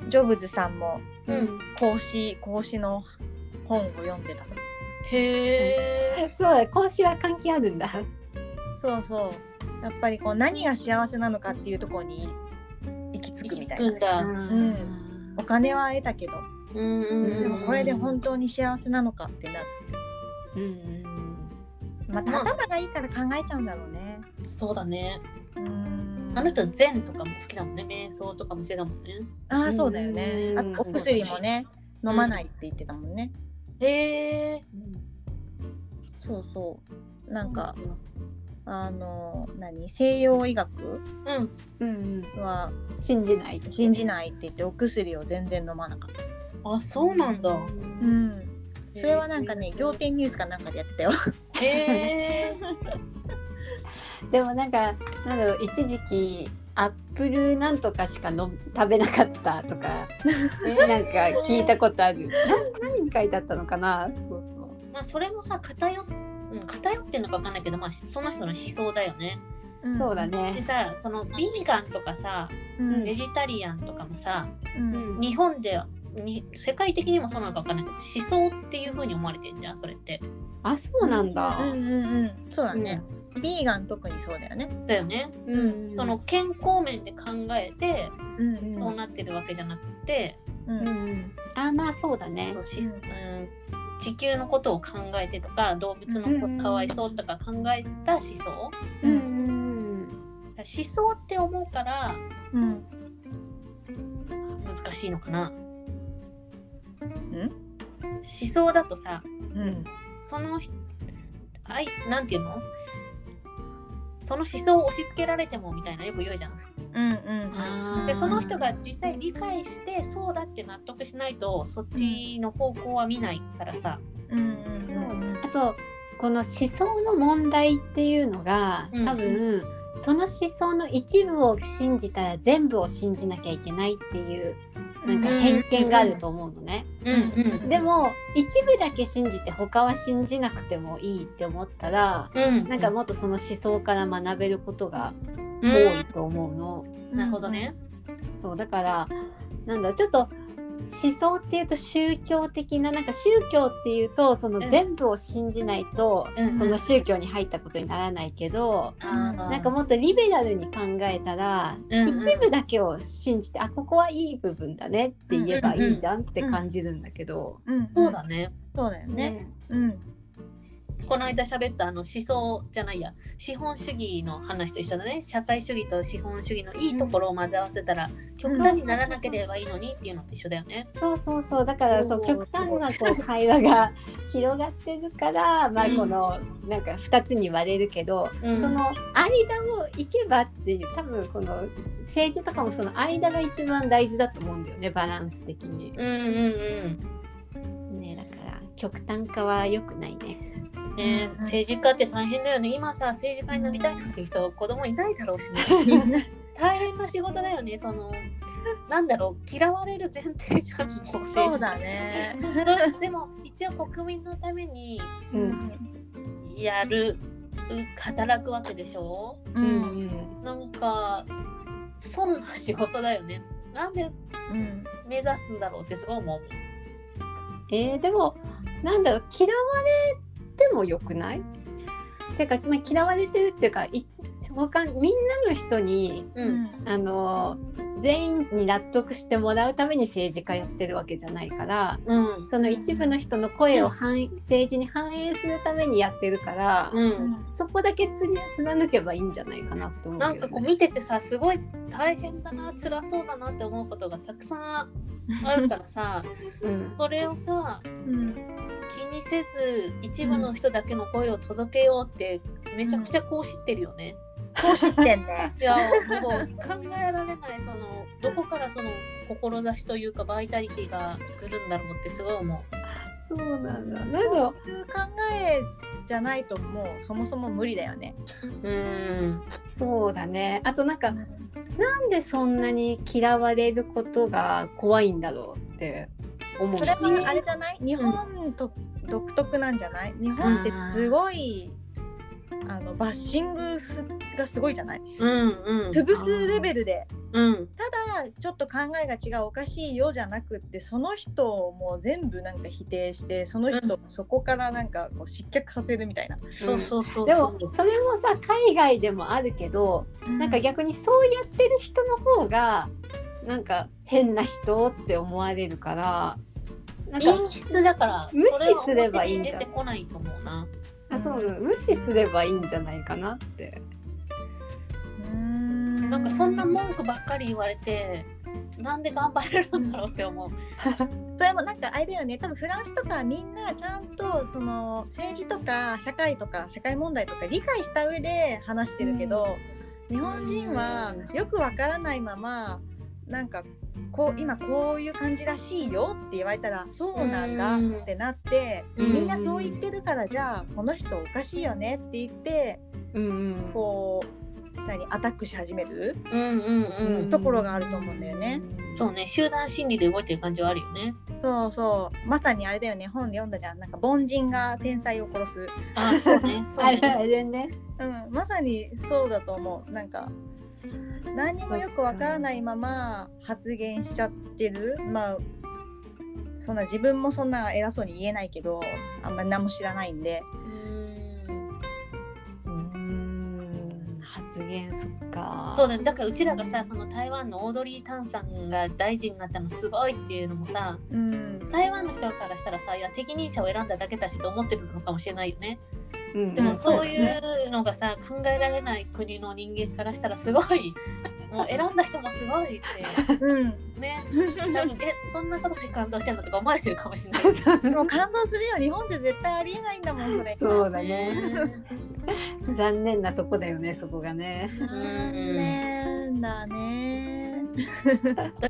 Speaker 1: ジョブズさんも
Speaker 2: うん
Speaker 1: 孔子孔子の本を読んでた
Speaker 2: へえ
Speaker 3: そうだ、講師は関係あるんだ。
Speaker 1: そうそうやっぱりこう何が幸せなのかっていうところに行き着くみたい
Speaker 2: く
Speaker 1: な
Speaker 2: んだ
Speaker 1: お金は得たけど
Speaker 2: うんうん
Speaker 1: でもこれで
Speaker 2: ん
Speaker 1: 本当に幸せなのかってなる
Speaker 3: うん。
Speaker 1: また
Speaker 2: まあ
Speaker 1: 頭がいいから考えちゃうんだろうね
Speaker 2: そうだね
Speaker 1: うん
Speaker 2: あの人禅とかも好きだもんね瞑想とかもしてたもんね
Speaker 1: ああそうだよね
Speaker 3: うん
Speaker 1: あとお薬もね飲まないって言ってたもんね
Speaker 2: へえ
Speaker 1: そうそうなんかあの何西洋医学
Speaker 2: うん
Speaker 3: うん。
Speaker 1: は
Speaker 3: 信じない。
Speaker 1: 信じないって言ってお薬を全然飲まなかった、
Speaker 2: あそうなんだ。
Speaker 1: うん、それはなんかね仰天ニュースかなんかでやってたよ、
Speaker 2: へ [LAUGHS] え。
Speaker 3: でもなんか、なんだろう、一時期。アップルなんとかしか飲む食べなかったとか、なんか聞いたことある。な何に書いてあったのかな。そうそう
Speaker 2: まあそれもさ偏っうん偏ってんのかわかんないけどまあその人の思想だよね。
Speaker 3: そうだ
Speaker 2: で
Speaker 3: ね。
Speaker 2: さそのビーガンとかさ
Speaker 1: うん
Speaker 2: ベジタリアンとかもさ
Speaker 1: うん
Speaker 2: 日本ではに世界的にもそうなのかわかんないけど思想っていう風に思われてんじゃんそれって。
Speaker 3: あ、そうなんだ。
Speaker 1: うんうんうんそうだね、ビーガン特にそうだよね
Speaker 2: だよね。
Speaker 3: うん
Speaker 2: その健康面で考えて
Speaker 1: うん
Speaker 2: そうなってるわけじゃなくて、
Speaker 1: うん
Speaker 3: うんうん、あまあそうだね
Speaker 2: そうしうん地球のことを考えてとか動物のこ
Speaker 3: うん
Speaker 2: かわいそうとか考えた思想。
Speaker 1: う
Speaker 3: うんんうん
Speaker 2: 思想って思うから
Speaker 1: うん
Speaker 2: 難しいのかな。
Speaker 1: ん
Speaker 2: 思想だとさ
Speaker 1: うん
Speaker 2: そのひあいなんていうのその思想を押し付けられてもみたいなよく言うじゃん。
Speaker 1: うん
Speaker 3: あー
Speaker 2: でその人が実際理解してそうだって納得しないとそっちの方向は見ないからさ。
Speaker 1: うんうんうん
Speaker 3: あとこの思想の問題っていうのが
Speaker 2: うん
Speaker 3: 多分、その思想の一部を信じたら全部を信じなきゃいけないっていうなんか偏見があると思うのね、
Speaker 2: うん
Speaker 3: でも一部だけ信じて他は信じなくてもいいって思ったら
Speaker 2: うん
Speaker 3: なんかもっとその思想から学べることが
Speaker 2: う
Speaker 3: 多い
Speaker 2: ん
Speaker 3: と思うの。
Speaker 2: なるほどね。
Speaker 3: そうだからなんだちょっと思想っていうと宗教的ななんか宗教っていうとその
Speaker 2: うん
Speaker 3: 全部を信じないと、
Speaker 2: うんうん
Speaker 3: その宗教に入ったことにならないけど、
Speaker 2: あー
Speaker 3: なんかもっとリベラルに考えたら、
Speaker 2: うんうん
Speaker 3: 一部だけを信じてあここはいい部分だねって言えばいいじゃんって感じるんだけど、
Speaker 1: うん
Speaker 2: そうだね。
Speaker 1: そうだよね
Speaker 3: ね
Speaker 1: うん
Speaker 2: この間喋ったあの思想じゃないや資本主義の話と一緒だね社会主義と資本主義のいいところを混ぜ合わせたら、極端にならなければいいのにっていうのと一緒だよね。
Speaker 3: そうそうそうだからそう
Speaker 1: おー
Speaker 3: 極端なこう会話が広がってるからまあ
Speaker 2: うん
Speaker 3: このなんか2つに割れるけど、
Speaker 2: うん
Speaker 3: その間を行けばっていう多分この政治とかもその間が一番大事だと思うんだよねバランス的に。
Speaker 2: うんうんうん
Speaker 3: ねだから極端化は良くないね。
Speaker 2: ねえ政治家って大変だよね今さ政治家になりたいなんていう人子供いないだろうしね
Speaker 1: [LAUGHS]
Speaker 2: 大変な仕事だよねそのなんだろう嫌われる前提じゃんもう政治家
Speaker 1: そうだね。
Speaker 2: でも一応国民のために
Speaker 3: う
Speaker 2: やるう働くわけでしょ
Speaker 1: う。
Speaker 3: うんん
Speaker 2: なんか損な仕事だよねなんで
Speaker 1: うん。
Speaker 2: 目指すんだろうってすごい思う
Speaker 3: えーでもなんだろう嫌われても良くないてか、まあ、嫌われてるっていうかい他みんなの人に
Speaker 2: う
Speaker 1: うんん。
Speaker 3: あの全員に納得してもらうために政治家やってるわけじゃないから
Speaker 2: うん
Speaker 3: その一部の人の声を反映政治に反映するためにやってるから、
Speaker 2: うん
Speaker 3: そこだけつに貫けばいいんじゃないかなって思うけ
Speaker 2: な
Speaker 3: ど
Speaker 2: ん
Speaker 3: ね、
Speaker 2: かこう見ててさすごい大変だな辛そうだなって思うことがたくさんあるからさ
Speaker 3: うん
Speaker 2: それをさ
Speaker 1: うん。
Speaker 2: 気にせず一部の人だけの声を届けようってめちゃくちゃこう知ってるよね。
Speaker 1: こう知ってんね。
Speaker 2: いやもう考えられないそのどこからその志というかバイタリティが来るんだろうってすごい思う。
Speaker 3: そうなんだ
Speaker 1: そう
Speaker 3: ないんだろう
Speaker 1: う考えじゃないともうそもそも無理だよね。
Speaker 2: うん
Speaker 3: そうだねあとなんかなんでそんなに嫌われることが怖いんだろうって思う
Speaker 1: それはあれじゃない日本と独特なんじゃない日本ってすごいあのバッシングすがすごいじゃない
Speaker 2: うんうん
Speaker 1: 潰すレベルで
Speaker 2: うん
Speaker 1: ただちょっと考えが違うおかしいよじゃなくってその人をもう全部なんか否定してその人をそこからなんかこう失脚させるみたいな。
Speaker 2: そうそうそう
Speaker 3: で
Speaker 2: そ
Speaker 3: も
Speaker 2: う。
Speaker 3: それもさ海外でもあるけどなんか逆にそうやってる人の方がなんか変な人って思われるからなんか
Speaker 2: 陰湿だから
Speaker 3: 無視すればいいんじゃ
Speaker 2: そ
Speaker 3: ん
Speaker 2: れは表に出てこないと思うな。
Speaker 3: あそう無視すればいいんじゃないかなって。 [LAUGHS]
Speaker 1: うん
Speaker 2: なんかそんな文句ばっかり言われてなんで頑張れるんだろうって思う。
Speaker 1: それもなんかあれだよね多分フランスとかみんなちゃんとその政治とか社会とか社会問題とか理解した上で話してるけど、日本人はよくわからないままなんかこう今こういう感じらしいよって言われたらそうなんだってなって、
Speaker 2: うん
Speaker 1: みんなそう言ってるからじゃあこの人おかしいよねって言って
Speaker 3: うんうん
Speaker 1: こう何アタックし始める
Speaker 2: うんうんうん。
Speaker 1: ところがあると思うんだよね。
Speaker 2: そうね集団心理で動いてる感じはあるよね。
Speaker 1: そうそうまさにあれだよね本で読んだじゃんなんか凡人が天才を殺す、
Speaker 2: あそうね [LAUGHS] そう
Speaker 3: あれあ
Speaker 2: ね。
Speaker 3: れね。
Speaker 1: うん、まさにそうだと思うなんか何にもよくわからないまま発言しちゃってるまあそんな自分もそんな偉そうに言えないけどあんまり何も知らないんで
Speaker 2: うん
Speaker 3: うーん発言そっか。
Speaker 2: そうだねだからうちらがさその台湾のオードリー・タンさんが大臣になったのすごいっていうのもさ
Speaker 1: うん
Speaker 2: 台湾の人からしたらさいや適任者を選んだだけだしと思ってるのかもしれないよね。
Speaker 3: うん
Speaker 2: でもそうい
Speaker 3: だね
Speaker 2: うのがさ考えられない国の人間からしたらすごいもう選んだ人もすごいって
Speaker 1: うん
Speaker 3: [LAUGHS]
Speaker 2: ね多分えそんなことで感動してんのとか思われてるかもしれない。
Speaker 1: もう感動するよ日本じゃ絶対ありえないんだもんそれ
Speaker 3: そうだね。残念なとこだよねそこがね。
Speaker 1: 残念だね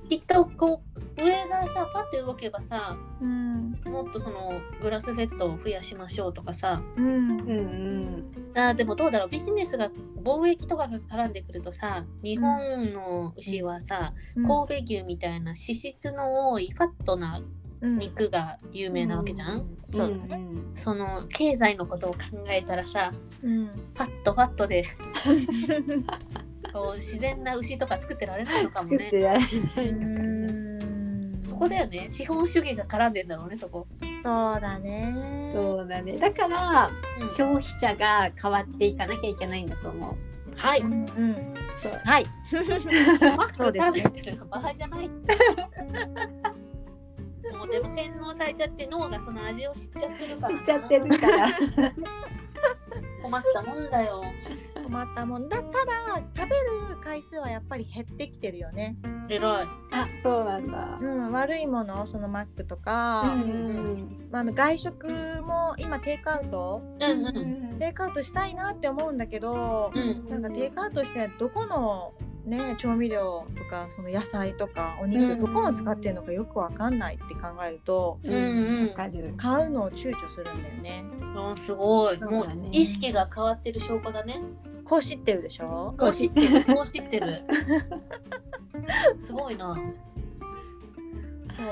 Speaker 2: きっとこう上がさパッて動けばさ
Speaker 1: うん
Speaker 2: もっとそのグラスフェットを増やしましょうとかさ
Speaker 1: うん
Speaker 3: うんうん。
Speaker 2: あーでもどうだろうビジネスが貿易とかが絡んでくるとさ日本の牛はさ、神戸牛みたいな脂質の多いファットな
Speaker 1: うん
Speaker 2: 肉が有名なわけじゃん、
Speaker 1: そう
Speaker 3: うんうん
Speaker 2: その経済のことを考えたらさ
Speaker 1: うん
Speaker 2: ファットファットでこう自然な牛とか作ってられないのかも
Speaker 3: 作っ
Speaker 2: ね
Speaker 3: てられないのかね。
Speaker 1: うん
Speaker 2: そこだよね資本主義が絡んでんだろうねそこ、
Speaker 1: そうだね。
Speaker 3: そうだね。だから、
Speaker 2: うん
Speaker 3: 消費者が変わっていかなきゃいけないんだと思う。
Speaker 2: はい
Speaker 1: うんうん
Speaker 3: そう
Speaker 1: はい。 [LAUGHS]
Speaker 2: マック
Speaker 1: そうですね
Speaker 2: 食べてる場合じゃない。もうでも洗脳されちゃって脳がその味を知っちゃってるから
Speaker 3: 知
Speaker 2: な
Speaker 3: っちゃってるから。
Speaker 2: 困ったもんだよ
Speaker 1: 困ったもんだただ食べる回数はやっぱり減ってきてるよね
Speaker 2: 偉い
Speaker 3: あ、そうなんだ。
Speaker 1: うん、悪いものそのマックとか、
Speaker 3: うん
Speaker 1: まあ、あの外食も今テイクアウト
Speaker 2: うんう
Speaker 3: うんん。
Speaker 1: テイクアウトしたいなって思うんだけど、
Speaker 2: うん
Speaker 1: なんかテイクアウトしてどこの、ね、調味料とかその野菜とかお肉
Speaker 2: うん
Speaker 1: どこの使ってるのかよくわかんないって考えると
Speaker 2: うんうん
Speaker 3: わかる。
Speaker 1: 買うのを躊躇するんだよね。
Speaker 2: うんすごい
Speaker 3: そう
Speaker 2: もう
Speaker 3: だね
Speaker 2: 意識が変わってる証拠だね
Speaker 1: こう知ってるでしょ
Speaker 2: こう知ってるこう知ってるすごいな
Speaker 1: そ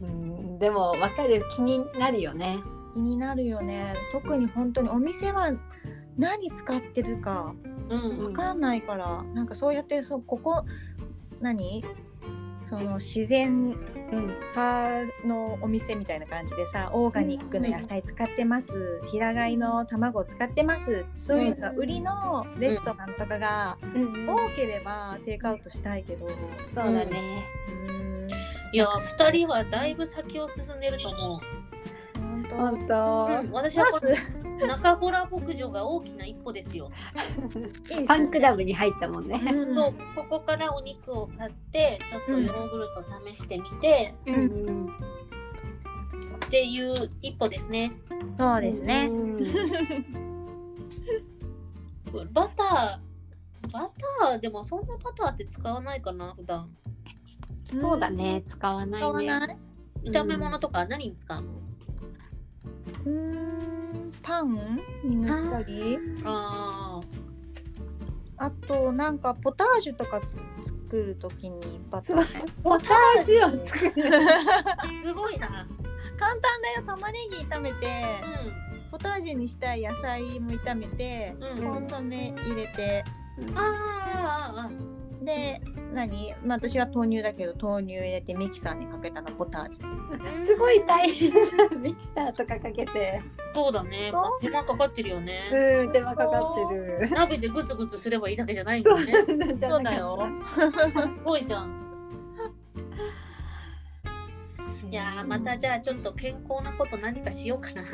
Speaker 3: うん、でもわかる気になるよね。
Speaker 1: う気になるよね特に本当にお店は何使ってるか
Speaker 2: うん
Speaker 1: わかんないから、なんかそうやってそうここ何その自然
Speaker 3: うん。
Speaker 1: 派のお店みたいな感じでさオーガニックの野菜使ってます平飼いの卵使ってますそういうのが売りのレストランとかが
Speaker 3: うんそう
Speaker 1: 多ければテイクアウトしたいけどう
Speaker 3: だね。
Speaker 1: ーん
Speaker 2: いや2人はだいぶ先を進んでると思う
Speaker 1: 本
Speaker 3: 本
Speaker 1: 当
Speaker 3: 当。
Speaker 2: うん、私は
Speaker 1: ま
Speaker 2: こ
Speaker 1: ず
Speaker 2: の中ほら牧場が大きな一歩ですよ。
Speaker 1: いい
Speaker 3: ファンクラブに入ったもんね。
Speaker 1: うん
Speaker 2: とここからお肉を買ってちょっとヨーグルト試してみて、
Speaker 3: うんん。
Speaker 2: っていう一歩ですね。
Speaker 1: そうですね
Speaker 2: バターバターでもそんなバターって使わないかな普段
Speaker 3: そうだね。使わ
Speaker 1: 使
Speaker 3: な
Speaker 1: わ
Speaker 3: いね。
Speaker 1: ない
Speaker 2: 炒め物とか何に使うの、
Speaker 1: うーんパンに塗ったり
Speaker 2: あー
Speaker 1: あとなんかポタージュとかつ作るときにバター
Speaker 3: ポタージュを作る。
Speaker 2: すごいな。
Speaker 1: 簡単だよ玉ねぎ炒めてポタージュにしたい野菜も炒めて
Speaker 2: うんうん。
Speaker 1: コ
Speaker 2: あ
Speaker 1: ンソメ入れて
Speaker 2: ーあーあ
Speaker 1: で何、まあ、私は豆乳だけど豆乳入れてミキサーにかけたらポタージュ
Speaker 2: ーうん
Speaker 3: すごい大変さミキサーとかかけて。
Speaker 2: そうだね
Speaker 1: そ。
Speaker 2: 手間かかってるよね。
Speaker 3: うん、手間かかってる。
Speaker 2: 鍋でグツグツすればいいだけじゃないもんね。
Speaker 1: そう
Speaker 3: [LAUGHS]
Speaker 1: だよ。
Speaker 2: すごいじゃん。いやーまたじゃあちょっと健康なこと何かしようかな。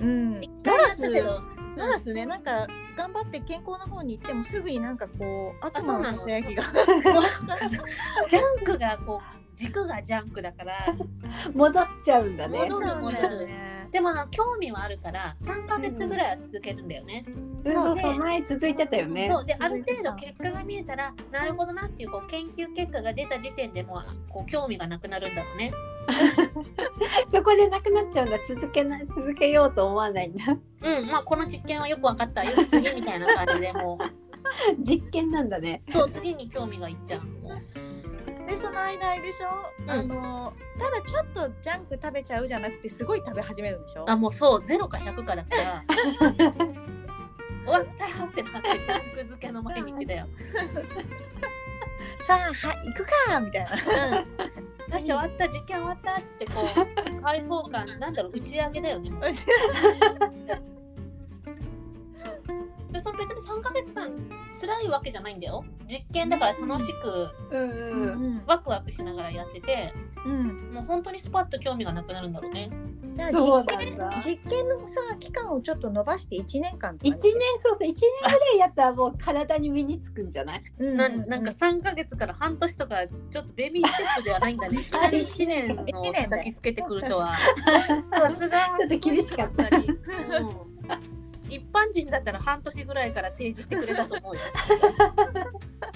Speaker 1: うん
Speaker 2: [LAUGHS] 一
Speaker 1: ガ
Speaker 2: 回
Speaker 1: ラ
Speaker 2: や
Speaker 1: ス
Speaker 2: ったけど。
Speaker 1: ガラスねなんか頑張って健康の方に行ってもすぐになんかこう
Speaker 2: あそ
Speaker 1: 頭
Speaker 2: うな
Speaker 1: の
Speaker 2: の
Speaker 1: ささやきが
Speaker 2: [LAUGHS] ジャンクがこう軸がジャンクだから。
Speaker 3: 戻っちゃうんだね。
Speaker 2: 戻る戻る
Speaker 1: そうだね
Speaker 2: でもな興味はあるから3ヶ月ぐらいは続けるんだよね。
Speaker 3: うんそうそう、前続いてたよね。
Speaker 2: そうである程度結果が見えたらなるほどなっていうこう研究結果が出た時点でもうこう興味がなくなるんだろうね。
Speaker 3: そこでなくなっちゃうんだ。続けな、続けようと思わないんだ。 [LAUGHS]
Speaker 2: うんまあこの実験はよく分かったよく次みたいな感じでも
Speaker 3: [LAUGHS] 実験なんだね。
Speaker 2: うそう次に興味がいっちゃう。もう
Speaker 1: でその間あれでしょ、
Speaker 2: ん
Speaker 1: あのただちょっとジャンク食べちゃうじゃなくてすごい食べ始めるんでしょ
Speaker 2: あもうそう0か100かだから
Speaker 3: [LAUGHS]
Speaker 2: 終わったってなってジャンク漬けの毎日だよ。
Speaker 1: さあはい行くかみたいな
Speaker 2: うん、よし終わった実験終わったっつってこ [LAUGHS] う開放感なんだろう打ち上げだ [LAUGHS] よねもうでそれ別に3ヶ月間辛いわけじゃないんだよ実験だから楽しく
Speaker 3: うん
Speaker 1: うん
Speaker 3: うん。
Speaker 2: ワクワクしながらやってて
Speaker 1: うん、
Speaker 2: もう本当にスパッと興味がなくなるんだろうね
Speaker 1: だから
Speaker 3: そうなんだ。
Speaker 1: 実験のさ期間をちょっと伸ばして1年間とか
Speaker 3: 一
Speaker 1: ね
Speaker 3: 年そうそう一年ぐらいやったらもう体に身につくんじゃない？ [LAUGHS]
Speaker 1: ううう
Speaker 2: なんなんか3ヶ月から半年とかちょっとベビーステップではないんだねいきなり1年の
Speaker 1: 一年だよ
Speaker 2: 叩きつけてくるとはさすが、
Speaker 3: ちょっと厳しかった
Speaker 2: うん一般人だったら半年ぐらいから提示してくれたと思うよ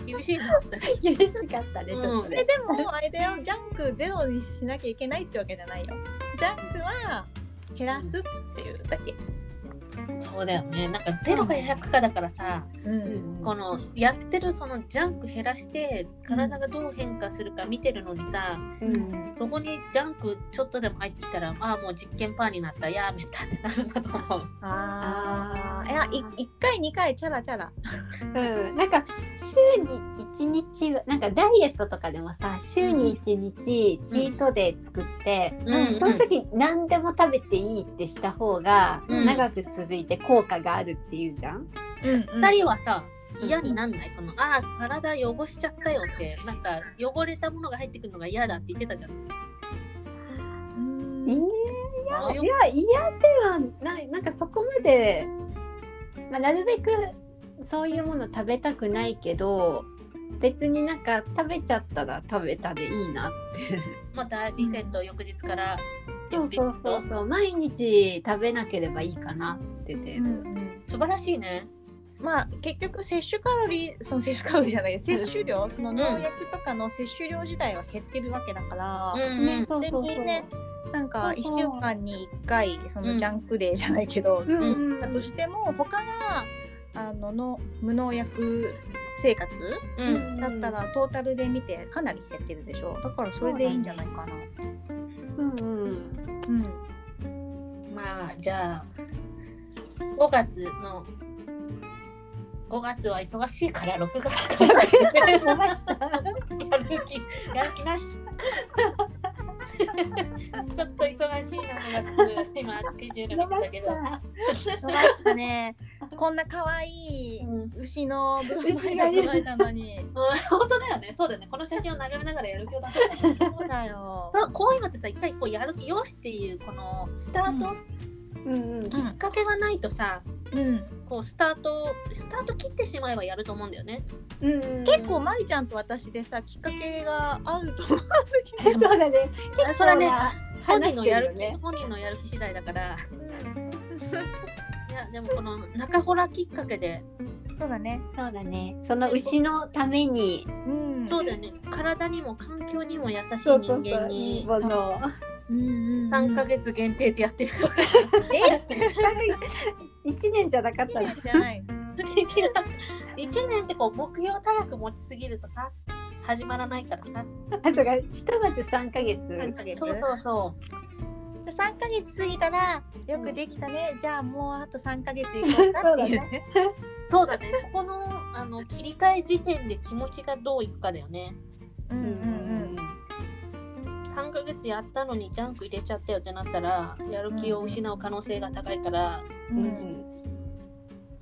Speaker 2: 厳しいな二人
Speaker 3: 厳しかったねちょっと
Speaker 1: え
Speaker 3: ね。
Speaker 1: でもあれだよジャンクゼロにしなきゃいけないってわけじゃないよジャンクは減らすっていうだけ、
Speaker 2: そうだよねなんか0か100かだからさ、
Speaker 1: う、
Speaker 3: うんん
Speaker 2: このやってるそのジャンク減らして体がどう変化するか見てるのにさ、
Speaker 3: うん
Speaker 2: そこにジャンクちょっとでも入ってきたらああもう実験パーになったやめたってなるんだと思う。
Speaker 1: ああ
Speaker 3: あー
Speaker 1: いやい1回2回チャラチャラ
Speaker 3: うんなんか週に一日はなんかダイエットとかでもさ週に一日チートデイ作って、
Speaker 2: うん
Speaker 3: その時何でも食べていいってした方が
Speaker 2: うん
Speaker 3: 長く続いて効果があるっていうじゃん。
Speaker 2: 二人はさ嫌になんないそのああ体汚しちゃったよってなんか汚れたものが入ってくるのが嫌だって言ってたじゃん。
Speaker 3: いやいや嫌ではないなんかそこまで、まあ、なるべくそういうもの食べたくないけど別になんか食べちゃったら食べたでいいなって。
Speaker 2: またリセット翌日から
Speaker 3: そうそうそうそう毎日食べなければいいかなってて、
Speaker 2: 素晴らしいね
Speaker 1: まあ結局摂取カロリーその摂取カロリーじゃない摂取量その農薬とかの摂取量自体は減ってるわけだから、
Speaker 2: うん
Speaker 1: ね
Speaker 3: そうそうそう
Speaker 1: 別にねなんか
Speaker 3: そう
Speaker 1: 1
Speaker 3: そう
Speaker 1: 週間に1回そ
Speaker 2: うん
Speaker 1: のジャンクデーじゃないけど、
Speaker 3: んうん
Speaker 1: 作ったとしても他があのの無農薬生活
Speaker 2: うん
Speaker 1: だったらトータルで見てかなり減ってるでしょだからそれでいいんじゃないかな。
Speaker 3: うんうん
Speaker 1: うん
Speaker 2: まあじゃあ5月の5月は忙しいから6月から
Speaker 3: [LAUGHS]
Speaker 2: やる気やる気なし [LAUGHS] ちょっと忙しいな5月今スケジュール見
Speaker 3: 伸ば
Speaker 2: てたけ
Speaker 3: し
Speaker 2: ど
Speaker 3: た
Speaker 1: 伸ばしたねこんな可愛い牛のブロマイド届いたのに。
Speaker 2: うん、本当だよね。そうだよね。この写真を眺めながらやる気を出そう。
Speaker 1: そうだよ。
Speaker 2: そうこういうのってさ、一回こうやる気よしっていうこのスタート、
Speaker 3: うんうん
Speaker 2: きっかけがないとさ、
Speaker 1: うん。
Speaker 2: こうスタートスタート切ってしまえばやると思うんだよね。
Speaker 3: うんうん
Speaker 1: 結構まりちゃんと私でさきっかけがあると思う。
Speaker 3: [LAUGHS] そうだね結
Speaker 2: それは
Speaker 3: 構
Speaker 2: ね
Speaker 3: な
Speaker 2: 本人
Speaker 3: 話し
Speaker 2: の
Speaker 3: て
Speaker 2: や
Speaker 3: る
Speaker 2: る
Speaker 3: よ
Speaker 2: 気、
Speaker 3: ね
Speaker 2: 本人のやる気次第だから。 [LAUGHS] いやでもこの中ほらきっかけで、
Speaker 1: そうだね。
Speaker 3: そうだねその牛のために
Speaker 1: うん
Speaker 2: そうだよね。体にも環境にも優しい
Speaker 3: そう
Speaker 2: 人間に
Speaker 3: そうそうそう
Speaker 2: 三ヶ月限定でやってるから。
Speaker 1: え
Speaker 3: [LAUGHS] 一年じゃなかった [LAUGHS]
Speaker 1: いい
Speaker 3: の
Speaker 1: ねじゃない。
Speaker 3: [LAUGHS]
Speaker 2: 一年ってこう目標高く持ちすぎるとさ、始まらないからさ。
Speaker 3: あとがひとまず三ヶ月
Speaker 1: 三ヶ月。
Speaker 2: そうそうそう。
Speaker 1: 三ヶ月過ぎたらよくできたね。じゃあもうあと三ヶ月いこうかっていうね。
Speaker 2: そうだね、そこのあの切り替え時点で気持ちがどういくかだよね。
Speaker 1: うんうんうん。
Speaker 2: 3ヶ月やったのにジャンク入れちゃったよってなったら、やる気を失う可能性が高いから、
Speaker 1: う
Speaker 3: うんん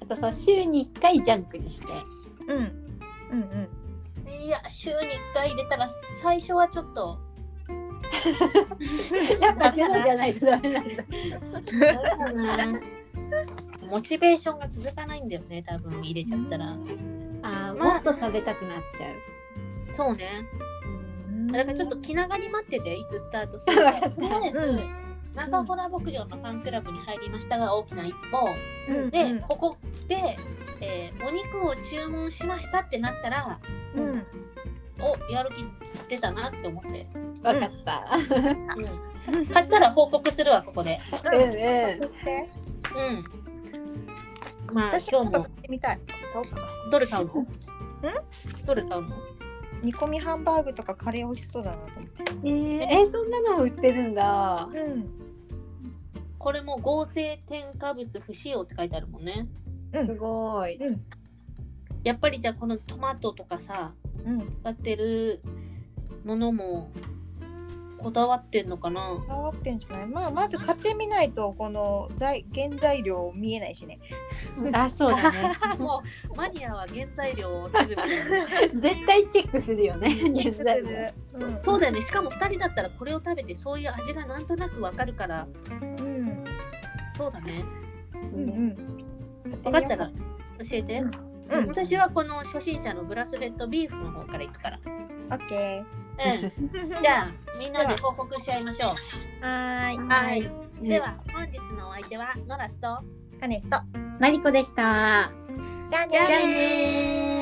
Speaker 3: あとさ週に一回ジャンクにして
Speaker 1: うんうんうん。
Speaker 2: いや、週に1回入れたら、最初はちょっと、
Speaker 3: [LAUGHS] やっぱゼロじゃないとダメなんだ
Speaker 2: モチベーションが続かないんだよね、多分入れちゃったら。
Speaker 3: [LAUGHS] あー
Speaker 2: まあ
Speaker 3: もっと食べたくなっちゃう
Speaker 2: そうね。
Speaker 1: うん
Speaker 2: だからちょっと気長に待ってて、いつスタートするか。
Speaker 3: わかった
Speaker 2: とりあえず
Speaker 1: うん
Speaker 2: 中ホラ牧場のファンクラブに入りましたが大きな一歩。
Speaker 1: うん
Speaker 2: で、
Speaker 1: うん
Speaker 2: ここで、えーお肉を注文しましたってなったら
Speaker 1: うん
Speaker 2: おやる気出たなって思って、
Speaker 3: わかった、
Speaker 2: うん、買ったら報告するわここで
Speaker 3: [LAUGHS] うん
Speaker 1: うん。
Speaker 3: うん
Speaker 1: そうして
Speaker 2: うんまあ
Speaker 1: 私
Speaker 2: 今
Speaker 1: も
Speaker 2: 日
Speaker 1: 買っ
Speaker 2: も
Speaker 1: てみたい。
Speaker 2: どれ買うのんどれ買うの
Speaker 1: 煮込みハンバーグとかカレー美味しそうだなと思って。
Speaker 3: えーえーそんなのも売ってるんだ
Speaker 1: うん
Speaker 2: これも合成添加物不使用って書いてあるもんね
Speaker 1: うん
Speaker 3: すごい
Speaker 1: うん
Speaker 2: やっぱりじゃあこのトマトとかさ
Speaker 1: うん。
Speaker 2: 使ってるものもこだわってんのかな
Speaker 1: 変わってんじゃない。まあまず買ってみないとこの材原材料見えないしね。
Speaker 3: あそう [LAUGHS] だね
Speaker 2: [LAUGHS] もうマニアは原材料をすぐ見る
Speaker 3: 絶対チェックするよね現在も
Speaker 1: うん
Speaker 2: そうだよねしかも2人だったらこれを食べてそういう味がなんとなくわかるから
Speaker 1: うん
Speaker 2: そうだね
Speaker 1: うん
Speaker 2: 分かったら教えて、
Speaker 1: うんうん
Speaker 2: 私はこの初心者のグラスレッドビーフの方からいくから
Speaker 1: オッケ
Speaker 2: うん
Speaker 1: [LAUGHS] ー。
Speaker 2: じゃあみんなで報告し合いましょう
Speaker 1: はーい。
Speaker 2: はい
Speaker 3: うん
Speaker 2: では本日のお相手はノラスと
Speaker 1: カネスト。
Speaker 3: マリコでし
Speaker 1: じ
Speaker 3: た
Speaker 1: ゃあねー
Speaker 2: じゃあねー